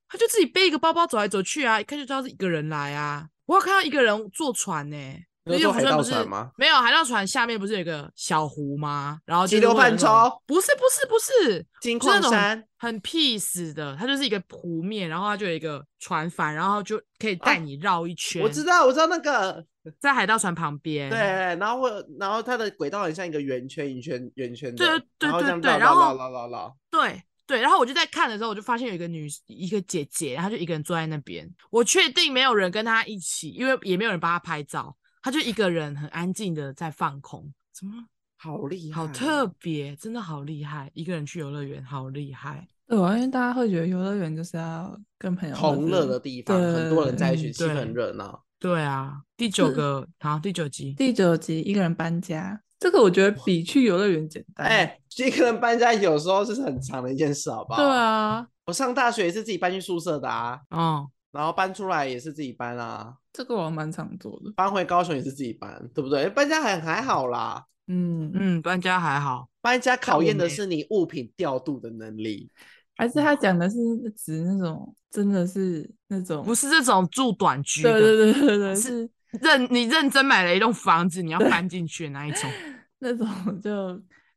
[SPEAKER 3] 他就自己背一个包包走来走去啊，一看就知道是一个人来啊。我有看到一个人坐船呢、欸。
[SPEAKER 2] 你是
[SPEAKER 3] 六
[SPEAKER 2] 坐
[SPEAKER 3] 福
[SPEAKER 2] 海
[SPEAKER 3] 村
[SPEAKER 2] 盗
[SPEAKER 3] 不是
[SPEAKER 2] 船吗？
[SPEAKER 3] 没有海盗船下面不是有一个小湖吗？然后
[SPEAKER 2] 急
[SPEAKER 3] 就是
[SPEAKER 2] 流
[SPEAKER 3] 会有
[SPEAKER 2] 泛
[SPEAKER 3] 那种
[SPEAKER 2] 舟
[SPEAKER 3] 不是不是不是，
[SPEAKER 2] 金
[SPEAKER 3] 就那
[SPEAKER 2] 矿
[SPEAKER 3] 种很
[SPEAKER 2] 山
[SPEAKER 3] 很 peace 的，它就是一个湖面，然后它就有一个船帆，然后就可以带你绕一圈。
[SPEAKER 2] 哦我知道，我知道那个
[SPEAKER 3] 在海盗船旁边。
[SPEAKER 2] 对，然后会有，然后它的轨道很像一个圆圈，圆圈，圆圈的，
[SPEAKER 3] 对对
[SPEAKER 2] 然后这
[SPEAKER 3] 对
[SPEAKER 2] 样
[SPEAKER 3] 对
[SPEAKER 2] 绕
[SPEAKER 3] 然
[SPEAKER 2] 绕绕
[SPEAKER 3] 后
[SPEAKER 2] 绕绕绕，
[SPEAKER 3] 对对，然后我就在看的时候，我就发现有一个女一个姐姐，然后她就一个人坐在那边。我确定没有人跟她一起，因为也没有人帮她拍照，她就一个人很安静的在放空。怎么
[SPEAKER 2] 好厉害
[SPEAKER 3] 好
[SPEAKER 2] 哦，
[SPEAKER 3] 特别？真的好厉害！一个人去游乐园好厉害。
[SPEAKER 1] 对啊，因为大家会觉得游乐园就是要跟朋友
[SPEAKER 3] 哦
[SPEAKER 1] 或
[SPEAKER 2] 同乐
[SPEAKER 1] 是
[SPEAKER 2] 的地方，很多人在一起，
[SPEAKER 3] 嗯
[SPEAKER 2] 气氛很
[SPEAKER 3] 对
[SPEAKER 2] 热闹。哎
[SPEAKER 3] 对啊，第九
[SPEAKER 1] 是
[SPEAKER 3] 个好，第九集
[SPEAKER 1] 第九集一个人搬家，这个我觉得比去游乐园简单。
[SPEAKER 2] 哎，一个人搬家有时候是很长的一件事，好不好？
[SPEAKER 1] 对，啊，
[SPEAKER 2] 我上大学也是自己搬去宿舍的啊，
[SPEAKER 3] 哦，
[SPEAKER 2] 然后搬出来也是自己搬啊，
[SPEAKER 1] 这个我还蛮常做的。
[SPEAKER 2] 搬回高雄也是自己搬，对不对？搬家还还好啦，
[SPEAKER 1] 嗯，
[SPEAKER 3] 嗯，搬家还好，
[SPEAKER 2] 搬家考
[SPEAKER 3] 我
[SPEAKER 2] 验的
[SPEAKER 3] 没
[SPEAKER 2] 是你物品调度的能力。
[SPEAKER 1] 还是他讲的是指那种真的是那种
[SPEAKER 3] 不是这种住短居
[SPEAKER 1] 对
[SPEAKER 3] 的，
[SPEAKER 1] 对对对
[SPEAKER 2] 哦
[SPEAKER 1] 对，
[SPEAKER 3] 是
[SPEAKER 1] 是
[SPEAKER 3] 认你认真买了一栋房子，你要搬进去的那一种。
[SPEAKER 1] 那种就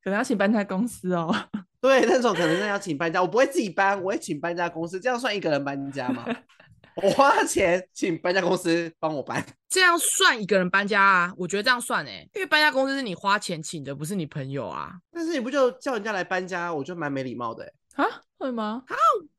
[SPEAKER 1] 可能要请搬家公司哦。
[SPEAKER 2] 对，那种可能真的要请搬家，我不会自己搬，我会请搬家公司，这样算一个人搬家吗？ 我花钱请搬家公司帮我搬，
[SPEAKER 3] 这样算一个人搬家啊？我觉得这样算哎、因为搬家公司是你花钱请的，不是你朋友啊。
[SPEAKER 2] 但是你不就叫人家来搬家，我觉得蛮没礼貌的欸、
[SPEAKER 1] 啊，会吗？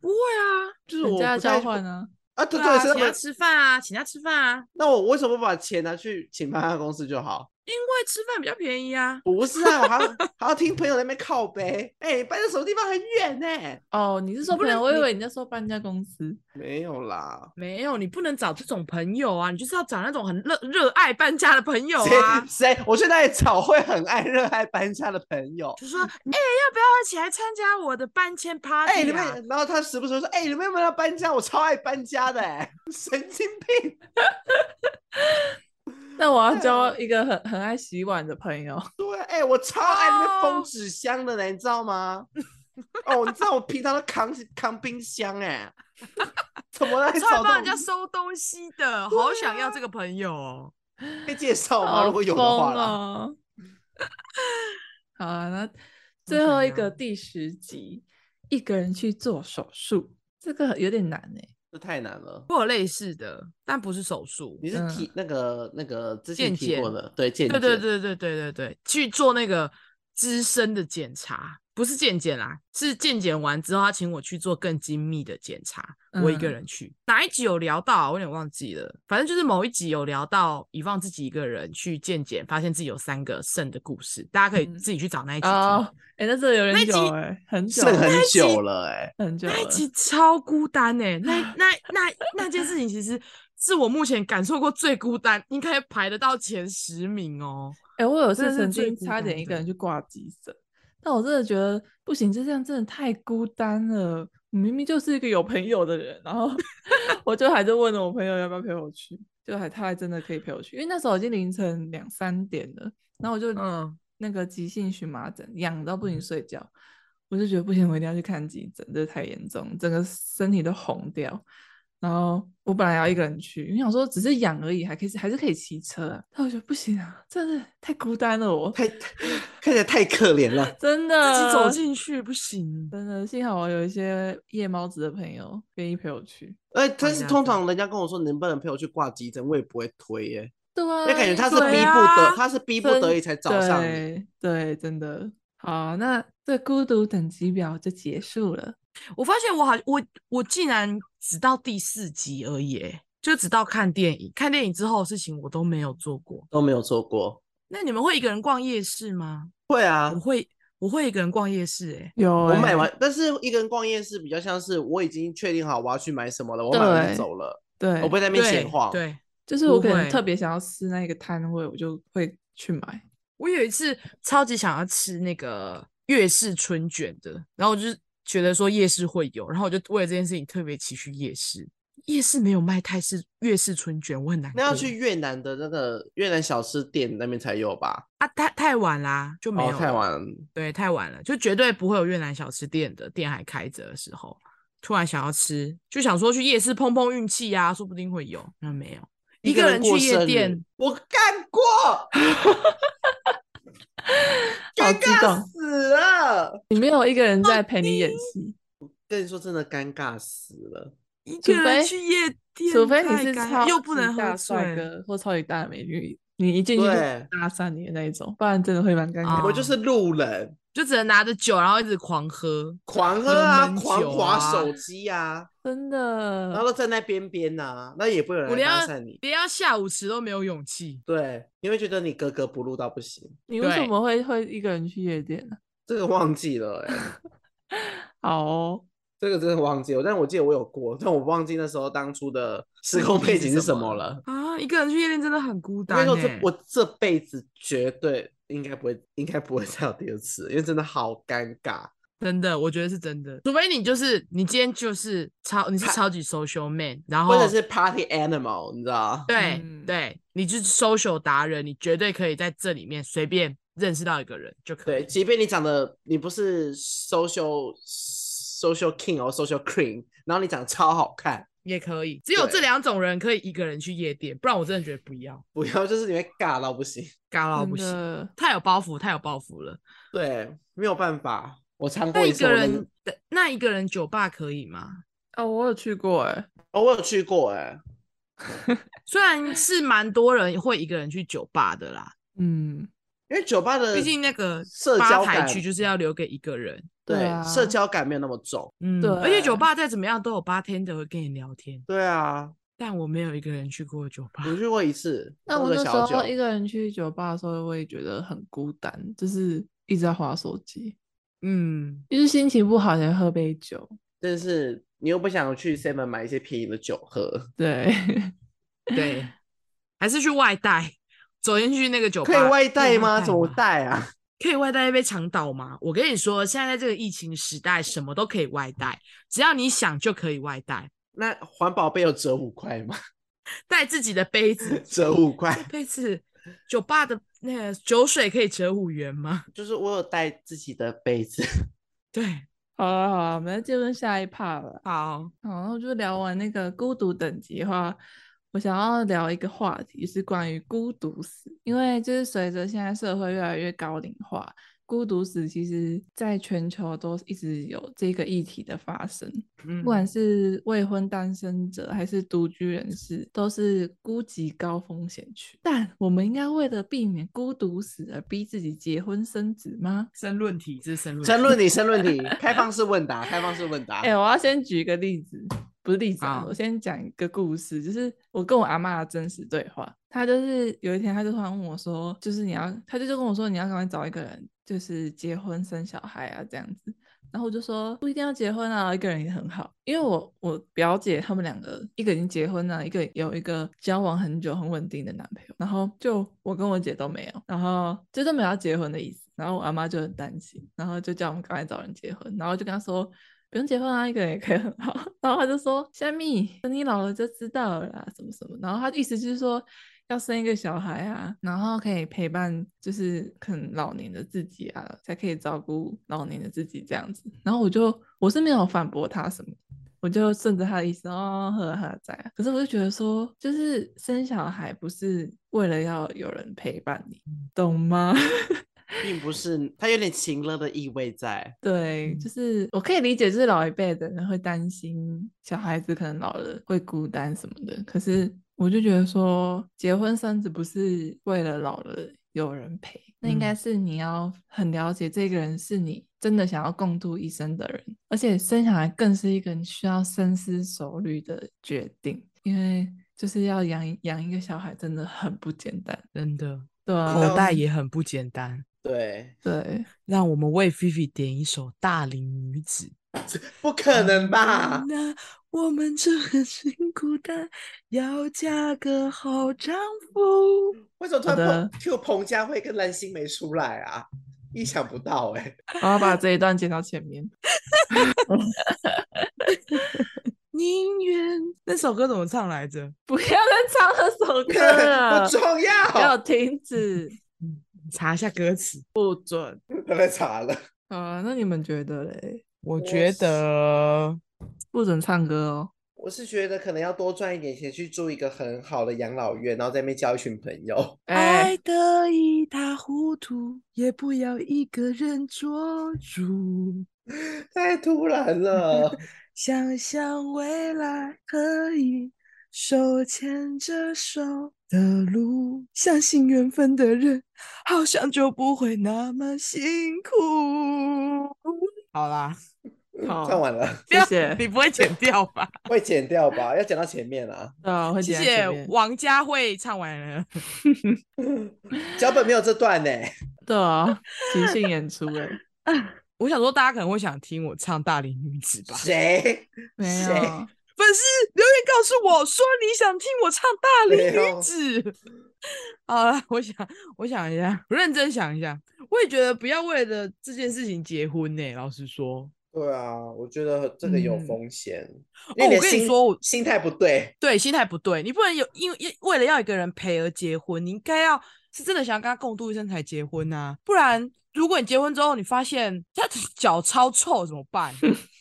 [SPEAKER 3] 不会啊，
[SPEAKER 2] 就是
[SPEAKER 1] 人
[SPEAKER 2] 我
[SPEAKER 1] 家要
[SPEAKER 2] 不太
[SPEAKER 1] 交换啊，
[SPEAKER 2] 啊，对
[SPEAKER 3] 啊，
[SPEAKER 2] 对，是
[SPEAKER 3] 请
[SPEAKER 2] 他
[SPEAKER 3] 他
[SPEAKER 2] 们。
[SPEAKER 3] 吃饭啊，请他吃饭啊，
[SPEAKER 2] 那我为什么不把钱拿去请搬家公司就好？
[SPEAKER 3] 因为吃饭比较便宜啊。
[SPEAKER 2] 不是啊，我还要还要听朋友在那边靠背，哎、搬到什么地方很远呢、
[SPEAKER 1] 哦，你是说
[SPEAKER 3] 你不
[SPEAKER 1] 朋友？
[SPEAKER 3] 能
[SPEAKER 1] 我以
[SPEAKER 3] 你
[SPEAKER 1] 为你在说搬家公司。
[SPEAKER 2] 没有啦，
[SPEAKER 3] 没有，你不能找这种朋友啊，你就是要找那种很热热爱搬家的朋友
[SPEAKER 2] 谁
[SPEAKER 3] 啊。
[SPEAKER 2] 谁，我去那里找会很爱热爱搬家的朋友。
[SPEAKER 3] 就说，哎、要不要一起来参加我的搬迁
[SPEAKER 2] 哎、你
[SPEAKER 3] party 啊？
[SPEAKER 2] 们，然后他时不时说，哎、你们有没有要搬家？我超爱搬家的、哎， 神经病。
[SPEAKER 1] 那我
[SPEAKER 2] 啊
[SPEAKER 1] 要交一个很很爱洗碗的朋友。
[SPEAKER 2] 对，哎、我超爱那边封
[SPEAKER 3] 哦
[SPEAKER 2] 纸箱的呢，你知道吗？哦，你知道我平常都扛起扛冰箱、哎， 怎么来
[SPEAKER 3] 超爱
[SPEAKER 2] 找
[SPEAKER 3] 帮
[SPEAKER 2] 到
[SPEAKER 3] 人家收东西的，
[SPEAKER 2] 啊
[SPEAKER 3] 好想要这个朋友哦。
[SPEAKER 2] 可以介绍吗？
[SPEAKER 1] 好
[SPEAKER 2] 如果有的
[SPEAKER 1] 疯
[SPEAKER 2] 话啦。
[SPEAKER 1] 哦、 好啊，那最后一个第十集，一个人去做手术，这个有点难哎、
[SPEAKER 2] 这太难了。
[SPEAKER 3] 我有类似的，但不是手术。
[SPEAKER 2] 你是
[SPEAKER 1] 嗯
[SPEAKER 2] 提、那个那个之前
[SPEAKER 3] 健
[SPEAKER 2] 提过
[SPEAKER 3] 检
[SPEAKER 2] 的，对健
[SPEAKER 3] 对对
[SPEAKER 2] 检
[SPEAKER 3] 对对对对对，去做那个资深的检查，不是健检啦，是健检完之后，他请我去做更精密的检查，我一个
[SPEAKER 1] 嗯
[SPEAKER 3] 人去。哪一集有聊到啊？我有点忘记了，反正就是某一集有聊到以放自己一个人去健检，发现自己有三个肾的故事，大家可以
[SPEAKER 1] 嗯
[SPEAKER 3] 自己去找那一集听。
[SPEAKER 1] 哦，哎、那这个有
[SPEAKER 3] 那
[SPEAKER 1] 点
[SPEAKER 3] 集
[SPEAKER 1] 久哎、很久
[SPEAKER 2] 剩很
[SPEAKER 1] 了
[SPEAKER 2] 久了、哎，
[SPEAKER 1] 很久了
[SPEAKER 3] 那一集超孤单哎、那那那那件事情其实是我目前感受过最孤单，应该排得到前十名哦。
[SPEAKER 1] 哎、我有
[SPEAKER 3] 真的
[SPEAKER 1] 次
[SPEAKER 3] 是
[SPEAKER 1] 曾
[SPEAKER 3] 最
[SPEAKER 1] 经
[SPEAKER 3] 孤
[SPEAKER 1] 差
[SPEAKER 3] 单
[SPEAKER 1] 点一个
[SPEAKER 3] 的
[SPEAKER 1] 人去挂急诊，但我真的觉得不行，就这样真的太孤单了。我明明就是一个有朋友的人，然 后我就还是问了我朋友要不要陪我去，就还他还真的可以陪我去，因为那时候已经凌晨两三点了，然后我就
[SPEAKER 3] 嗯
[SPEAKER 1] 那个急性荨麻疹痒到不行睡觉，我就觉得不行，我一定要去看急诊，这太严重，整个身体都红掉。然后我本来要一个人去，因为想说只是痒而已，还可以还是可以骑车啊。但我觉得不行啊，真的太孤单了我，
[SPEAKER 2] 太看起来太可怜 了。
[SPEAKER 1] 真的
[SPEAKER 3] 自己
[SPEAKER 2] 嗯
[SPEAKER 3] 走进去不行，
[SPEAKER 1] 真的幸好我有一些夜猫子的朋友愿意陪我去。
[SPEAKER 2] 哎，但是
[SPEAKER 3] 家
[SPEAKER 2] 通
[SPEAKER 3] 真的
[SPEAKER 2] 常人家跟我说能不能陪我去挂急诊，我也不会推哎耶、
[SPEAKER 1] 对啊，
[SPEAKER 2] 因为感觉他是逼
[SPEAKER 3] 对
[SPEAKER 2] 不得，
[SPEAKER 3] 啊
[SPEAKER 2] 他是逼不得
[SPEAKER 1] 真
[SPEAKER 2] 已才找上你。
[SPEAKER 1] 对对，真的好。那这孤独等级表就结束了。
[SPEAKER 3] 我发现我好，我我竟然只到第四集而已欸，就只到看电影。看电影之后的事情我都没有做过。
[SPEAKER 2] 都没有做过，
[SPEAKER 3] 那你们会一个人逛夜市吗？
[SPEAKER 2] 会啊
[SPEAKER 3] 我，会，我会一个人逛夜市、欸。哎，
[SPEAKER 1] 有、
[SPEAKER 2] 我买完，但是一个人逛夜市比较像是我已经确定好我要去买什么了，我买完
[SPEAKER 1] 对
[SPEAKER 2] 就走了，
[SPEAKER 1] 对，
[SPEAKER 3] 欸
[SPEAKER 2] 我不会在那边闲晃。
[SPEAKER 3] 对，
[SPEAKER 1] 就是我
[SPEAKER 3] 不
[SPEAKER 1] 可能
[SPEAKER 3] 会
[SPEAKER 1] 特别想要吃那个摊位，我就会去买。
[SPEAKER 3] 我有一次超级想要吃那个粤式春卷的，然后我就是觉得说夜市会有，然后我就为了这件事情特别期去夜市。夜市没有卖泰式粤式春卷，我很难过。
[SPEAKER 2] 那要去越南的那个越南小吃店那边才有吧？
[SPEAKER 3] 啊，太太晚啦，就没有
[SPEAKER 2] 哦，
[SPEAKER 3] 了、
[SPEAKER 2] 太晚了，
[SPEAKER 3] 对，太晚了，就绝对不会有越南小吃店的店还开着的时候，突然想要吃，就想说去夜市碰碰运气呀、说不定会有，那没有，一个人去
[SPEAKER 2] 过
[SPEAKER 3] 夜
[SPEAKER 2] 生日
[SPEAKER 3] 店，，
[SPEAKER 2] 我干 过，
[SPEAKER 1] 好
[SPEAKER 2] 尴
[SPEAKER 1] 激
[SPEAKER 2] 尬
[SPEAKER 1] 动！
[SPEAKER 2] 死了。
[SPEAKER 1] 你没有一个人在陪你演戏，
[SPEAKER 2] 跟你说真的，尴尬死了。
[SPEAKER 3] 一
[SPEAKER 1] 除
[SPEAKER 3] 个人
[SPEAKER 1] 非
[SPEAKER 3] 去夜店，
[SPEAKER 1] 除非你
[SPEAKER 3] 太
[SPEAKER 1] 是
[SPEAKER 3] 尴尬
[SPEAKER 1] 超
[SPEAKER 3] 又不
[SPEAKER 1] 级
[SPEAKER 3] 能喝
[SPEAKER 1] 大帅
[SPEAKER 3] 醉，
[SPEAKER 1] 哥或超级大的美女，你一进去就
[SPEAKER 2] 对
[SPEAKER 1] 搭讪你的那一种，不然真的会蛮尴
[SPEAKER 3] 啊
[SPEAKER 1] 尬。
[SPEAKER 2] 我就是路人，
[SPEAKER 3] 就只能拿着酒，然后一直狂喝，
[SPEAKER 2] 狂喝啊，
[SPEAKER 3] 闷
[SPEAKER 2] 狂
[SPEAKER 3] 酒
[SPEAKER 2] 划
[SPEAKER 3] 啊
[SPEAKER 2] 手机啊，
[SPEAKER 1] 真
[SPEAKER 2] 然后
[SPEAKER 1] 的，
[SPEAKER 2] 都站在边边呐，那也不会有
[SPEAKER 3] 嗯我
[SPEAKER 2] 人来
[SPEAKER 3] 连
[SPEAKER 2] 搭
[SPEAKER 3] 要
[SPEAKER 2] 讪你。
[SPEAKER 3] 连要下舞池都没有勇气。
[SPEAKER 2] 对，你会觉得你格格不入到不行，
[SPEAKER 1] 你为什
[SPEAKER 3] 对
[SPEAKER 1] 么会会一个人去夜店呢、
[SPEAKER 2] 这个忘记了 欸
[SPEAKER 1] 好哦，
[SPEAKER 2] 这个真的忘记了。但我记得我有过，但我忘记那时候当初 的时空背景是什么了。
[SPEAKER 3] 啊，一个人去夜店真的很孤
[SPEAKER 2] 我跟
[SPEAKER 3] 单、
[SPEAKER 2] 你
[SPEAKER 3] 欸。
[SPEAKER 2] 说，这我这辈子绝对应该不会，应该不会再有第二次，因为真的好尴尬。
[SPEAKER 3] 真的，我觉得是真的。除非你就是你今天就是超你是
[SPEAKER 2] 看
[SPEAKER 3] 超级 social man，然后
[SPEAKER 2] 或者是 party animal，你知道？
[SPEAKER 3] 对、
[SPEAKER 1] 嗯
[SPEAKER 3] 对，你就是 social 达人，你绝对可以在这里面随便认识到一个人就可以
[SPEAKER 2] 对，。即便你长得你不是 social social king 或 social queen，然后你长得超好看，
[SPEAKER 3] 也可以，只有这
[SPEAKER 2] 对
[SPEAKER 3] 两种人可以一个人去夜店，不然我真的觉得不要，
[SPEAKER 2] 不要就是你会尬到不行。
[SPEAKER 3] 尬到
[SPEAKER 1] 真
[SPEAKER 3] 啊不行，
[SPEAKER 1] 的
[SPEAKER 3] 太有包袱，太有包袱了。
[SPEAKER 2] 对，没有办法，我尝
[SPEAKER 3] 那
[SPEAKER 2] 过
[SPEAKER 3] 一
[SPEAKER 2] 一次，
[SPEAKER 3] 个
[SPEAKER 2] 我真
[SPEAKER 3] 人
[SPEAKER 2] 的，
[SPEAKER 3] 的那一个人酒吧可以吗？
[SPEAKER 1] 哦，我有去过哎、
[SPEAKER 2] 哦，我有去过哎、
[SPEAKER 3] 虽然是蛮多人会一个人去酒吧的啦，
[SPEAKER 1] 嗯，
[SPEAKER 2] 因为酒吧的
[SPEAKER 3] 毕竟那个
[SPEAKER 2] 呃社
[SPEAKER 3] 吧
[SPEAKER 2] 交
[SPEAKER 3] 台
[SPEAKER 2] 感
[SPEAKER 3] 区就是要留给一个人。
[SPEAKER 2] 对
[SPEAKER 1] 对啊
[SPEAKER 2] 社交感没有那么重。
[SPEAKER 3] 嗯，而且酒
[SPEAKER 1] 对
[SPEAKER 3] 吧再怎么样都有八天的会跟你聊天，
[SPEAKER 2] 对啊，
[SPEAKER 3] 但我没有一个人去过酒吧。
[SPEAKER 2] 我去过一次，
[SPEAKER 1] 但
[SPEAKER 2] 喝
[SPEAKER 1] 我
[SPEAKER 2] 个
[SPEAKER 1] 那时
[SPEAKER 2] 小酒
[SPEAKER 1] 候一个人去酒吧的时候，我也觉得很孤单，就是一直在划手机，
[SPEAKER 3] 嗯，
[SPEAKER 1] 就是心情不好想喝杯酒。
[SPEAKER 2] 但是你又不想去 Seven 买一些便宜的酒喝，
[SPEAKER 1] 对，
[SPEAKER 3] 对，还是去外带，走进去那个酒吧
[SPEAKER 2] 可以外带吗？
[SPEAKER 3] 可以
[SPEAKER 2] 怎么带啊？
[SPEAKER 3] 可以外带一杯长岛吗？我跟你说，现在在这个疫情时代，什么都可以外带，只要你想就可以外带，
[SPEAKER 2] 那环保杯有折五块吗？，
[SPEAKER 3] 带自己的杯子
[SPEAKER 2] 折五块，
[SPEAKER 3] 杯子，酒吧的那个酒水可以折五元吗？
[SPEAKER 2] 就是我有带自己的杯子。
[SPEAKER 3] 对，
[SPEAKER 1] 好了好啊了，我们再进入下一 part 了。
[SPEAKER 3] 好，
[SPEAKER 1] 好，然后就聊完那个孤独等级的话，我想要聊一个话题，是关于孤独死，因为就是随着现在社会越来越高龄化，孤独死其实在全球都一直有这个议题的发生，
[SPEAKER 3] 嗯
[SPEAKER 1] 不，管是未婚单身者还是独居人士，都是孤寂高风险区。但我们应该为了避免孤独死而逼自己结婚生子吗？
[SPEAKER 3] 申论题，这是申论
[SPEAKER 2] 申
[SPEAKER 3] 题
[SPEAKER 2] 论题，申论题，开放式问答，开放式问答。
[SPEAKER 1] 哎、我要先举一个例子，不是例子啊，
[SPEAKER 3] 好
[SPEAKER 1] 我先讲一个故事，就是我跟我阿妈的真实对话。她就是有一天，她就突然问我说，就是你要，她就就跟我说你要赶快找一个人，就是结婚生小孩啊这样子。然后我就说不一定要结婚啊，一个人也很好。因为我我表姐他们两个，一个已经结婚了，一个有一个交往很久很稳定的男朋友。然后就我跟我姐都没有，然后就都没有要结婚的意思。然后我阿妈就很担心，然后就叫我们赶快找人结婚。然后就跟她说不用结婚啊，一个人也可以很好。 然后他就说：“虾米，等你老了就知道了啦，什么什么。”然后他的意思就是说要生一个小孩啊，然后可以陪伴，就是可能老年的自己啊，才可以照顾老年的自己这样子。然后我就我是没有反驳他什么，我就顺着他的意思哦，呵呵在啊。可是我就觉得说，就是生小孩不是为了要有人陪伴你，懂吗？
[SPEAKER 2] 并不是，它有点情了的意味在。
[SPEAKER 1] 对，
[SPEAKER 3] 嗯
[SPEAKER 1] 就是我可以理解，就是老一辈的人会担心小孩子可能老了会孤单什么的。可是
[SPEAKER 3] 嗯
[SPEAKER 1] 我就觉得说，结婚生子不是为了老了有人陪，那应该
[SPEAKER 3] 嗯
[SPEAKER 1] 是你要很了解这个人是你真的想要共度一生的人，而且生小孩更是一个你需要深思熟虑的决定，因为就是要养一养一个小孩真的很不简单。
[SPEAKER 3] 真的，
[SPEAKER 1] 对啊，
[SPEAKER 3] 口袋也很不简单。
[SPEAKER 2] 对，
[SPEAKER 1] 对，
[SPEAKER 3] 让我们为菲菲点一首《大龄女子》。
[SPEAKER 2] 不可能吧？
[SPEAKER 3] 嗯那我们这很辛苦的，要嫁个好丈夫。
[SPEAKER 2] 为什么突
[SPEAKER 1] 好
[SPEAKER 2] 然
[SPEAKER 1] 的
[SPEAKER 2] 彭 Q 彭佳慧跟蓝心湄出来啊？意想不到哎、
[SPEAKER 1] 我要把这一段剪到前面。
[SPEAKER 3] 宁愿那首歌怎么唱来着？
[SPEAKER 1] 不要再唱那首歌了
[SPEAKER 3] 啊
[SPEAKER 2] 不，重
[SPEAKER 1] 给 我
[SPEAKER 2] 要，
[SPEAKER 1] 停止。
[SPEAKER 3] 查一下歌词。
[SPEAKER 2] 不要查了。
[SPEAKER 1] 好啊，那你们觉得嘞？
[SPEAKER 3] 我
[SPEAKER 2] 觉
[SPEAKER 3] 觉得
[SPEAKER 1] 不准唱歌哦。
[SPEAKER 2] 我是觉得可能要多赚一点钱去住一个很好的养老院，然后在那边交一群朋友。
[SPEAKER 1] 哎、
[SPEAKER 3] 爱得一塌糊涂，也不要一个人捉住。
[SPEAKER 2] 太突然了，
[SPEAKER 3] 想象未来可以手牵着手的路，相信缘分的人，好像就不会那么辛苦。好啦，
[SPEAKER 1] 好
[SPEAKER 2] 唱完了，
[SPEAKER 3] 不要
[SPEAKER 1] 谢谢
[SPEAKER 3] 你不会剪掉 吧？
[SPEAKER 2] 会剪掉吧？要剪到前面啊，
[SPEAKER 1] 对啊，我会
[SPEAKER 3] 谢
[SPEAKER 1] 剪在
[SPEAKER 3] 谢
[SPEAKER 1] 前面
[SPEAKER 3] 王佳慧唱完了，
[SPEAKER 2] 脚本没有这段呢、
[SPEAKER 1] 对啊，即兴演出哎、
[SPEAKER 3] 我想说大家可能会想听我唱《大龄女子》吧？
[SPEAKER 2] 谁？
[SPEAKER 1] 没
[SPEAKER 2] 谁
[SPEAKER 1] 有，
[SPEAKER 3] 粉丝留言告诉我说你想听我唱《大龄
[SPEAKER 2] 没有
[SPEAKER 3] 女子》。 好了，我想，我想一下，我认真想一下，我也觉得不要为了这件事情结婚呢、老实说，
[SPEAKER 2] 对啊，我觉得这个有
[SPEAKER 3] 嗯
[SPEAKER 2] 风险，
[SPEAKER 3] 哦
[SPEAKER 2] 因为的
[SPEAKER 3] 我跟你
[SPEAKER 2] 心
[SPEAKER 3] 说我
[SPEAKER 2] 心态不对，
[SPEAKER 3] 对，心态不对，你不能有因为因为了要一个人陪而结婚，你应该要是真的想跟他共度一生才 结婚啊，不然如果你结婚之后你发现他的脚超臭怎么办？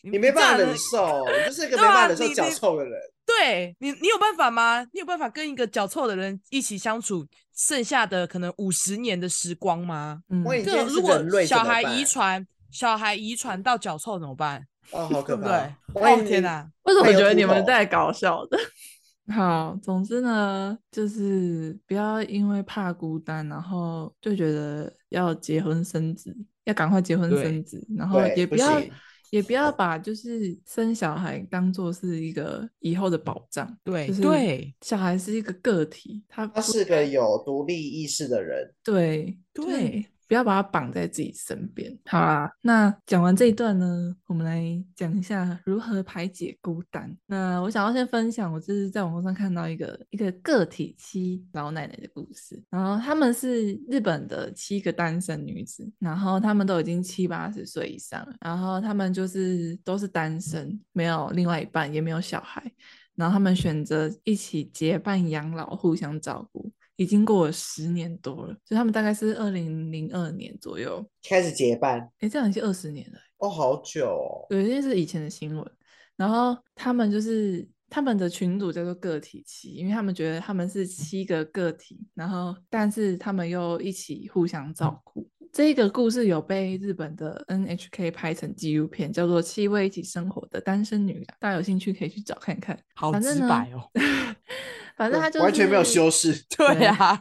[SPEAKER 2] 你没办
[SPEAKER 3] 炸
[SPEAKER 2] 法
[SPEAKER 3] 了
[SPEAKER 2] 忍受，你就是一个
[SPEAKER 3] 对
[SPEAKER 2] 没办
[SPEAKER 3] 啊
[SPEAKER 2] 法忍受
[SPEAKER 3] 你
[SPEAKER 2] 脚
[SPEAKER 3] 你
[SPEAKER 2] 臭的人。
[SPEAKER 3] 对你，你有办法吗？你有办法跟一个脚臭的人一起相处剩下的可能五十年的时光吗？
[SPEAKER 1] 嗯，
[SPEAKER 2] 万一你今
[SPEAKER 3] 这
[SPEAKER 2] 天是
[SPEAKER 3] 如果
[SPEAKER 2] 人类怎
[SPEAKER 3] 小
[SPEAKER 2] 么
[SPEAKER 3] 孩
[SPEAKER 2] 办
[SPEAKER 3] 遗传，小孩遗传到脚臭怎么办？
[SPEAKER 2] 哦， 好可
[SPEAKER 3] 对不
[SPEAKER 2] 怕！
[SPEAKER 3] 对？
[SPEAKER 2] 万一
[SPEAKER 3] 哦天
[SPEAKER 2] 你
[SPEAKER 3] 哪！
[SPEAKER 1] 为什么
[SPEAKER 2] 还有
[SPEAKER 1] 觉得
[SPEAKER 2] 秃
[SPEAKER 1] 你们
[SPEAKER 2] 头
[SPEAKER 1] 在搞笑的？ 好，总之呢，就是不要因为怕孤单，然后就觉得要结婚生子，要赶快结婚
[SPEAKER 3] 对
[SPEAKER 1] 生子，然后
[SPEAKER 2] 对
[SPEAKER 1] 也
[SPEAKER 2] 不
[SPEAKER 1] 要
[SPEAKER 2] 行
[SPEAKER 1] 也不要把就是生小孩当做是一个以后的保障，
[SPEAKER 3] 对
[SPEAKER 1] 就是
[SPEAKER 3] 对
[SPEAKER 1] 小孩是一个个体，他不
[SPEAKER 2] 他是个有独立意识的人。
[SPEAKER 1] 对就是
[SPEAKER 3] 对
[SPEAKER 1] 你不要把它绑在自己身边。好啦，那讲完这一段呢，我们来讲一下如何排解孤单。那我想要先分享，我这是在网络上看到一个一个个体七老奶奶的故事，然后他们是日本的七个单身女子，然后她们都已经七八十岁以上了，然后她们就是都是单身，没有另外一半，也没有小孩，然后他们选择一起结伴养老，互相照顾。已经过了十年多了，就他们大概是二零零二年左右，
[SPEAKER 2] 开始结伴
[SPEAKER 1] 诶，这样已经二十年了，
[SPEAKER 2] 哦，好久哦，
[SPEAKER 1] 对，这是以前的新闻。然后他们就是他们的群组叫做个体七，因为他们觉得他们是七个个体，然后但是他们又一起互相照顾。这个故事有被日本的 NHK 拍成纪录片，叫做《七位一起生活的单身女郎》，大家有兴趣可以去找看看。
[SPEAKER 3] 好
[SPEAKER 1] 反正
[SPEAKER 3] 直
[SPEAKER 1] 呢
[SPEAKER 3] 白哦。
[SPEAKER 1] 反正他就是
[SPEAKER 2] 完全没有修饰。
[SPEAKER 3] 对
[SPEAKER 1] 对
[SPEAKER 3] 啊，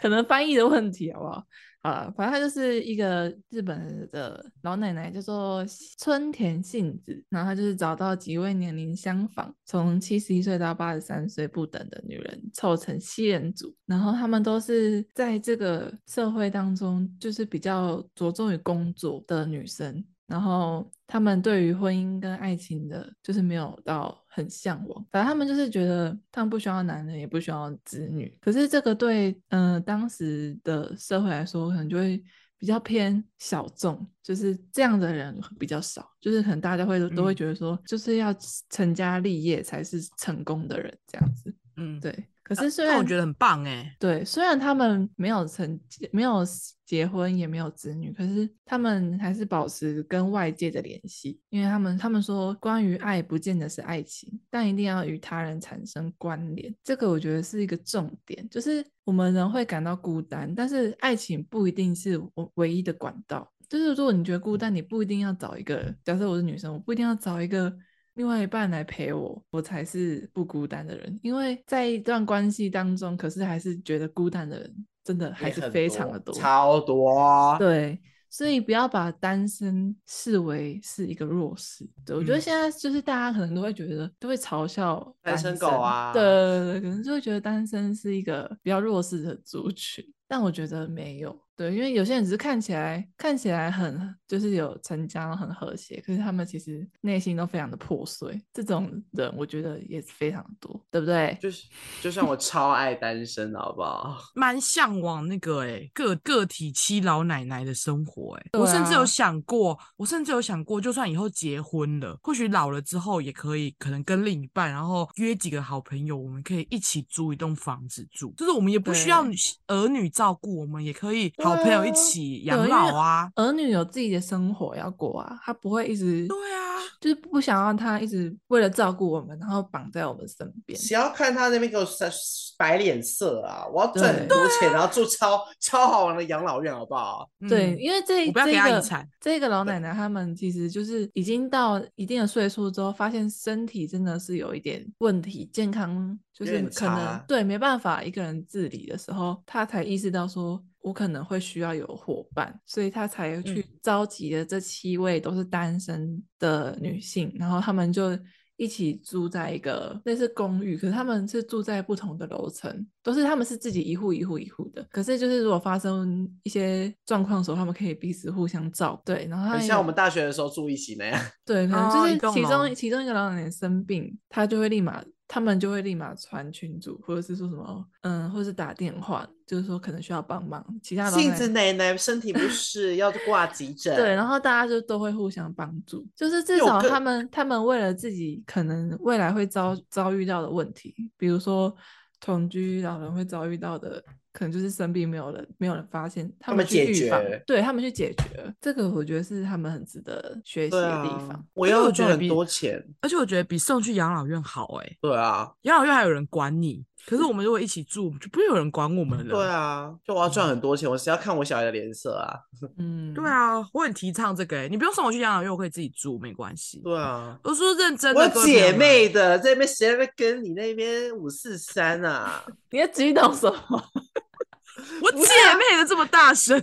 [SPEAKER 1] 可能翻译的问题，好不好？好了，反正她就是一个日本的老奶奶，叫做春田杏子。然后她就是找到几位年龄相仿，从七十一岁到八十三岁不等的女人，凑成七人组。然后她们都是在这个社会当中，就是比较着重于工作的女生。然后她们对于婚姻跟爱情的，就是没有到很向往。反正他们就是觉得他们不需要男人，也不需要子女。可是这个对嗯、呃当时的社会来说，可能就会比较偏小众，就是这样的人比较少。就是可能大家会都会
[SPEAKER 3] 嗯
[SPEAKER 1] 觉得说，就是要成家立业才是成功的人这样子。
[SPEAKER 3] 嗯，
[SPEAKER 1] 对。可
[SPEAKER 3] 啊
[SPEAKER 1] 是虽
[SPEAKER 3] 那
[SPEAKER 1] 然
[SPEAKER 3] 我觉得很棒哎。
[SPEAKER 1] 对，虽然他们没有成结没有 s- 结婚，也没有子女，可是他们还是保持跟外界的联系，因为他们他们说，关于爱不见得是爱情，但一定要与他人产生关联，这个我觉得是一个重点，就是我们人会感到孤单，但是爱情不一定是我唯一的管道。就是如果你觉得孤单，你不一定要找一个，假设我是女生，我不一定要找一个另外一半来陪我，我才是不孤单的人。因为在一段关系当中，可是还是觉得孤单的人，真的 还
[SPEAKER 2] 也
[SPEAKER 1] 是
[SPEAKER 2] 很
[SPEAKER 1] 非常的多。
[SPEAKER 2] 超多。啊
[SPEAKER 1] 对，所以不要把单身视为是一个弱势。对，我觉得
[SPEAKER 3] 嗯
[SPEAKER 1] 现在就是大家可能都会觉得，都会嘲笑
[SPEAKER 2] 单身狗啊
[SPEAKER 1] 对对对，可能就会觉得单身是一个比较弱势的族群。但我觉得没有，对，因为有些人只是看起来看起来很就是有成家很和谐，可是他们其实内心都非常的破碎。这种人我觉得也是非常多，对不对？
[SPEAKER 2] 就是就像我超爱单身，好 不好？
[SPEAKER 3] 蛮向往那个哎、个个体七老奶奶的生活哎、
[SPEAKER 1] 对
[SPEAKER 3] 我甚至有
[SPEAKER 1] 啊
[SPEAKER 3] 想过，我甚至有想过，就算以后结婚了，或许老了之后也可以，可能跟另一半，然后约几个好朋友，我们可以一起租一栋房子住，就是我们也不需要
[SPEAKER 1] 对
[SPEAKER 3] 女儿女照顾，我们也可以
[SPEAKER 2] 对
[SPEAKER 3] 好朋友
[SPEAKER 2] 啊
[SPEAKER 3] 一起养
[SPEAKER 1] 对因为
[SPEAKER 3] 老啊，
[SPEAKER 1] 儿女有自己的生活要过啊，他不会一直
[SPEAKER 3] 对啊，
[SPEAKER 1] 就是不想让他一直为了照顾我们，然后绑在我们身边。
[SPEAKER 3] 啊
[SPEAKER 2] 谁要看他那边给我塞摆脸色啊！我要
[SPEAKER 1] 对
[SPEAKER 2] 赚很多钱，然后住超超好玩的养老院，好不好？
[SPEAKER 1] 对，
[SPEAKER 3] 嗯
[SPEAKER 1] 因为这
[SPEAKER 3] 我不要
[SPEAKER 1] 这
[SPEAKER 3] 给他遗
[SPEAKER 1] 个
[SPEAKER 3] 产
[SPEAKER 1] 这个老奶奶他们其实就是已经到一定的岁数之后，发现身体真的是有一点问题，健康就
[SPEAKER 2] 有
[SPEAKER 1] 是
[SPEAKER 2] 点
[SPEAKER 1] 可能
[SPEAKER 2] 差
[SPEAKER 3] 啊
[SPEAKER 1] 对没办法一个人自理的时候，她才意识到说。我可能会需要有伙伴，所以她才
[SPEAKER 2] 嗯
[SPEAKER 1] 去召集了这七位都是单身的女性，然后她们就一起住在一个类似公寓，可是她们是住在不同的楼层，都是她们是自己一户一户一户的。可是就是如果发生一些状况的时候，她们可以彼此互相照顾。对，然后她
[SPEAKER 2] 很
[SPEAKER 1] 也
[SPEAKER 2] 像
[SPEAKER 1] 有
[SPEAKER 2] 我们大学的时候住一起那样。
[SPEAKER 1] 对，可能
[SPEAKER 3] 哦
[SPEAKER 1] 就
[SPEAKER 3] 你
[SPEAKER 1] 是
[SPEAKER 3] 懂
[SPEAKER 1] 其
[SPEAKER 3] 了
[SPEAKER 1] 中其中一个老奶奶生病，她就会立马，他们就会立马传群主，或者是说什么，嗯，或者是打电话，就是说可能需要帮忙，其他老
[SPEAKER 2] 杏
[SPEAKER 1] 奶
[SPEAKER 2] 子奶奶身体不适，要挂急诊。
[SPEAKER 1] 对，然后大家就都会互相帮助，就是至
[SPEAKER 2] 因为我
[SPEAKER 1] 少
[SPEAKER 2] 个
[SPEAKER 1] 他们他们为了自己可能未来会遭遭遇到的问题，比如说同居老人会遭遇到的可能就是生病没有人没有人发现，他
[SPEAKER 2] 他们
[SPEAKER 1] 去
[SPEAKER 2] 解
[SPEAKER 1] 预防
[SPEAKER 2] 决
[SPEAKER 1] 对他们去解决，这个我觉得是他们很值得学习
[SPEAKER 2] 对
[SPEAKER 1] 的地方。
[SPEAKER 2] 啊，我
[SPEAKER 3] 而且
[SPEAKER 2] 要
[SPEAKER 3] 我觉
[SPEAKER 2] 赚
[SPEAKER 3] 得
[SPEAKER 2] 很
[SPEAKER 3] 比
[SPEAKER 2] 多钱，
[SPEAKER 3] 而且我觉得比送去养老院好哎、
[SPEAKER 2] 对啊，
[SPEAKER 3] 养老院还有人管你，可是我们如果一起住，就不会有人管我们了。
[SPEAKER 2] 对，啊，就我要
[SPEAKER 3] 嗯
[SPEAKER 2] 赚很多钱，我是要看我小孩的脸色啊，
[SPEAKER 1] 嗯，
[SPEAKER 3] 对，啊，我很提倡这个哎、你不用送我去养老院，我可以自己住，没关系。
[SPEAKER 2] 对 啊，
[SPEAKER 3] 我说认真的，
[SPEAKER 2] 我
[SPEAKER 3] 各位朋友
[SPEAKER 2] 姐
[SPEAKER 3] 们
[SPEAKER 2] 妹的在那边谁在那边跟你那边五四三啊？
[SPEAKER 1] 你在激动什么？
[SPEAKER 3] 我姐妹的这么大声，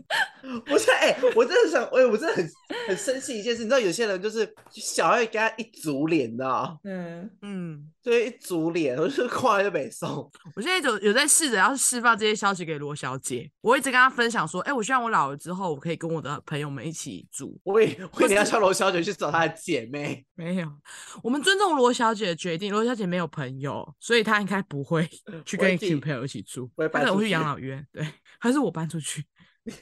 [SPEAKER 2] 我现在哎、我真的想，哎、我真的很很生气一件事，你知道有些人就是小孩给他一组脸，你知道吗
[SPEAKER 1] 嗯，
[SPEAKER 3] 嗯，
[SPEAKER 2] 对，一组脸，我就是跨就北宋，
[SPEAKER 3] 我现在有有在试着要释放这些消息给罗小姐，我一直跟她分享说，哎、我希望我老了之后，我可以跟我的朋友们一起住。
[SPEAKER 2] 我以我以为要叫罗小姐去找她的姐妹，
[SPEAKER 3] 没有，我们尊重罗小姐的决定。罗小姐没有朋友，所以她应该不会去
[SPEAKER 2] 呃我会
[SPEAKER 3] 跟一
[SPEAKER 2] 自
[SPEAKER 3] 群
[SPEAKER 2] 己
[SPEAKER 3] 朋友一起住，
[SPEAKER 2] 我会
[SPEAKER 3] 她
[SPEAKER 2] 搬
[SPEAKER 3] 可能
[SPEAKER 2] 出
[SPEAKER 3] 会去养
[SPEAKER 2] 去
[SPEAKER 3] 老院，对，还是我搬出去，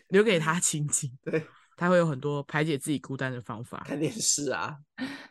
[SPEAKER 3] 留给她亲近。
[SPEAKER 2] 对，
[SPEAKER 3] 她会有很多排解自己孤单的方法。
[SPEAKER 2] 看电视啊，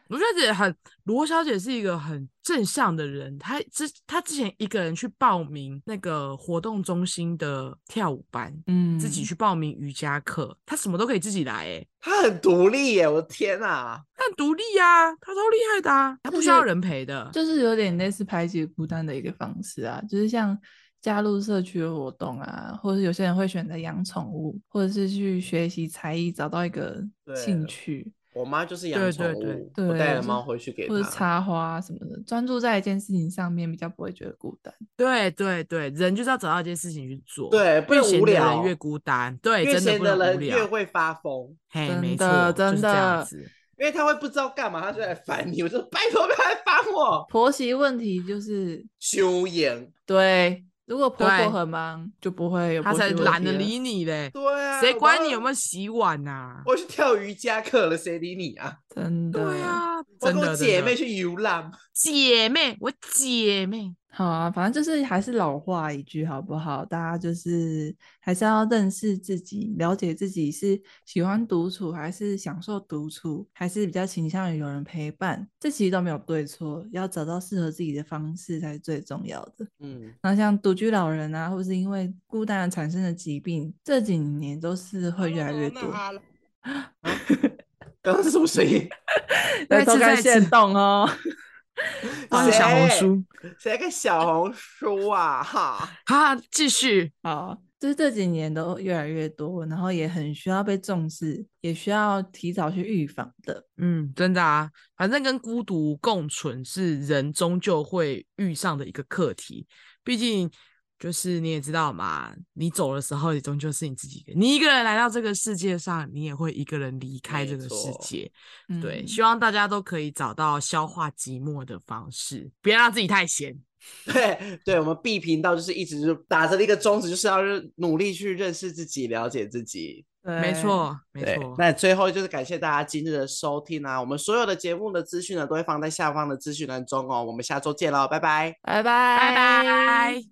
[SPEAKER 3] 罗小姐很，罗小姐是一个很正向的人。她之她之前一个人去报名那个活动中心的跳舞班，
[SPEAKER 1] 嗯
[SPEAKER 3] 自己去报名瑜伽课，她什么都可以自己来、欸，
[SPEAKER 2] 她很独立耶，我的天啊，
[SPEAKER 3] 她很独立呀、她超厉害的、啊，她不需要人陪的。
[SPEAKER 1] 就是有点类似排解孤单的一个方式啊，就是像加入社区的活动啊，或者有些人会选择养宠物，或者是去学习才艺，找到一个兴
[SPEAKER 2] 对
[SPEAKER 1] 趣，
[SPEAKER 2] 我妈就是
[SPEAKER 3] 对
[SPEAKER 2] 养宠
[SPEAKER 3] 对对
[SPEAKER 2] 物，
[SPEAKER 1] 对
[SPEAKER 2] 我带了
[SPEAKER 1] 就
[SPEAKER 2] 猫
[SPEAKER 1] 是
[SPEAKER 2] 回去给
[SPEAKER 1] 或者
[SPEAKER 2] 她，
[SPEAKER 1] 插花啊什么的，专注在一件事情上面，比较不会觉得孤单。
[SPEAKER 3] 对对对，人就是要找到一件事情去做，
[SPEAKER 2] 对，不
[SPEAKER 3] 越
[SPEAKER 2] 能
[SPEAKER 3] 闲
[SPEAKER 2] 无
[SPEAKER 3] 的人
[SPEAKER 2] 聊，
[SPEAKER 3] 越孤单，对，
[SPEAKER 2] 越
[SPEAKER 3] 哎真的
[SPEAKER 2] 闲
[SPEAKER 3] 不
[SPEAKER 2] 的
[SPEAKER 3] 能无
[SPEAKER 2] 人越
[SPEAKER 3] 聊。
[SPEAKER 2] 会发疯，
[SPEAKER 3] 嘿，
[SPEAKER 1] 真
[SPEAKER 3] 没
[SPEAKER 1] 的
[SPEAKER 3] 错，就是
[SPEAKER 1] 真
[SPEAKER 3] 这样
[SPEAKER 1] 的
[SPEAKER 3] 子。
[SPEAKER 2] 因为他会不知道干嘛，他就来烦你，我就拜托不要来烦我，
[SPEAKER 1] 婆媳问题就是
[SPEAKER 2] 修养，
[SPEAKER 1] 对，如果婆
[SPEAKER 3] 对
[SPEAKER 1] 婆很忙，就不会有
[SPEAKER 3] 她
[SPEAKER 1] 婆媳
[SPEAKER 3] 才
[SPEAKER 1] 问题
[SPEAKER 3] 懒得
[SPEAKER 1] 了
[SPEAKER 3] 理你嘞，
[SPEAKER 2] 对啊，
[SPEAKER 3] 谁
[SPEAKER 2] 我
[SPEAKER 3] 管
[SPEAKER 2] 要
[SPEAKER 3] 你有没有洗碗呐、
[SPEAKER 2] 我去跳瑜伽课了，谁理你啊？
[SPEAKER 1] 真的。
[SPEAKER 3] 对啊，
[SPEAKER 2] 我
[SPEAKER 3] 真
[SPEAKER 2] 跟
[SPEAKER 3] 的
[SPEAKER 2] 我姐
[SPEAKER 3] 真的
[SPEAKER 2] 妹去游览，
[SPEAKER 3] 姐妹，我 姐妹，
[SPEAKER 1] 好啊，反正就是还是老话一句，好不好？大家就是还是要认识自己，了解自己是喜欢独处，还是享受独处，还是比较倾向于有人陪伴。这其实都没有对错，要找到适合自己的方式才是最重要的。
[SPEAKER 2] 嗯，
[SPEAKER 1] 那像独居老人啊，或是因为孤单而产生的疾病，这几年都是会越来越
[SPEAKER 2] 哦
[SPEAKER 1] 多。
[SPEAKER 3] 啊
[SPEAKER 2] 刚刚是什么声音？
[SPEAKER 3] 再次
[SPEAKER 1] 收看
[SPEAKER 3] 再
[SPEAKER 1] 线
[SPEAKER 3] 次
[SPEAKER 1] 动哦。
[SPEAKER 3] 放小红
[SPEAKER 2] 谁
[SPEAKER 3] 书，
[SPEAKER 2] 谁看小红书啊？哈，
[SPEAKER 3] 哈，继续，
[SPEAKER 1] 好，就是这几年都越来越多，然后也很需要被重视，也需要提早去预防的。
[SPEAKER 3] 嗯，真的啊，反正跟孤独共存是人终究会遇上的一个课题，毕竟。就是你也知道嘛，你走的时候，也终究是你自己一个人。你一个人来到这个世界上，你也会一个人离开
[SPEAKER 2] 没
[SPEAKER 3] 这个世
[SPEAKER 2] 错
[SPEAKER 3] 界。
[SPEAKER 1] 嗯、
[SPEAKER 3] 对，希望大家都可以找到消化寂寞的方式，不要让自己太闲。
[SPEAKER 2] 对对，我们 B 频道就是一直就打着一个宗旨，就是要努力去认识自己、了解自己。
[SPEAKER 3] 没
[SPEAKER 1] 对，
[SPEAKER 3] 错，没
[SPEAKER 2] 对
[SPEAKER 3] 错，
[SPEAKER 2] 那最后就是感谢大家今日的收听啊！我们所有的节目的资讯呢，都会放在下方的资讯栏中哦。我们下周见喽，拜拜。
[SPEAKER 1] 拜拜
[SPEAKER 3] 拜
[SPEAKER 1] 拜
[SPEAKER 3] 拜。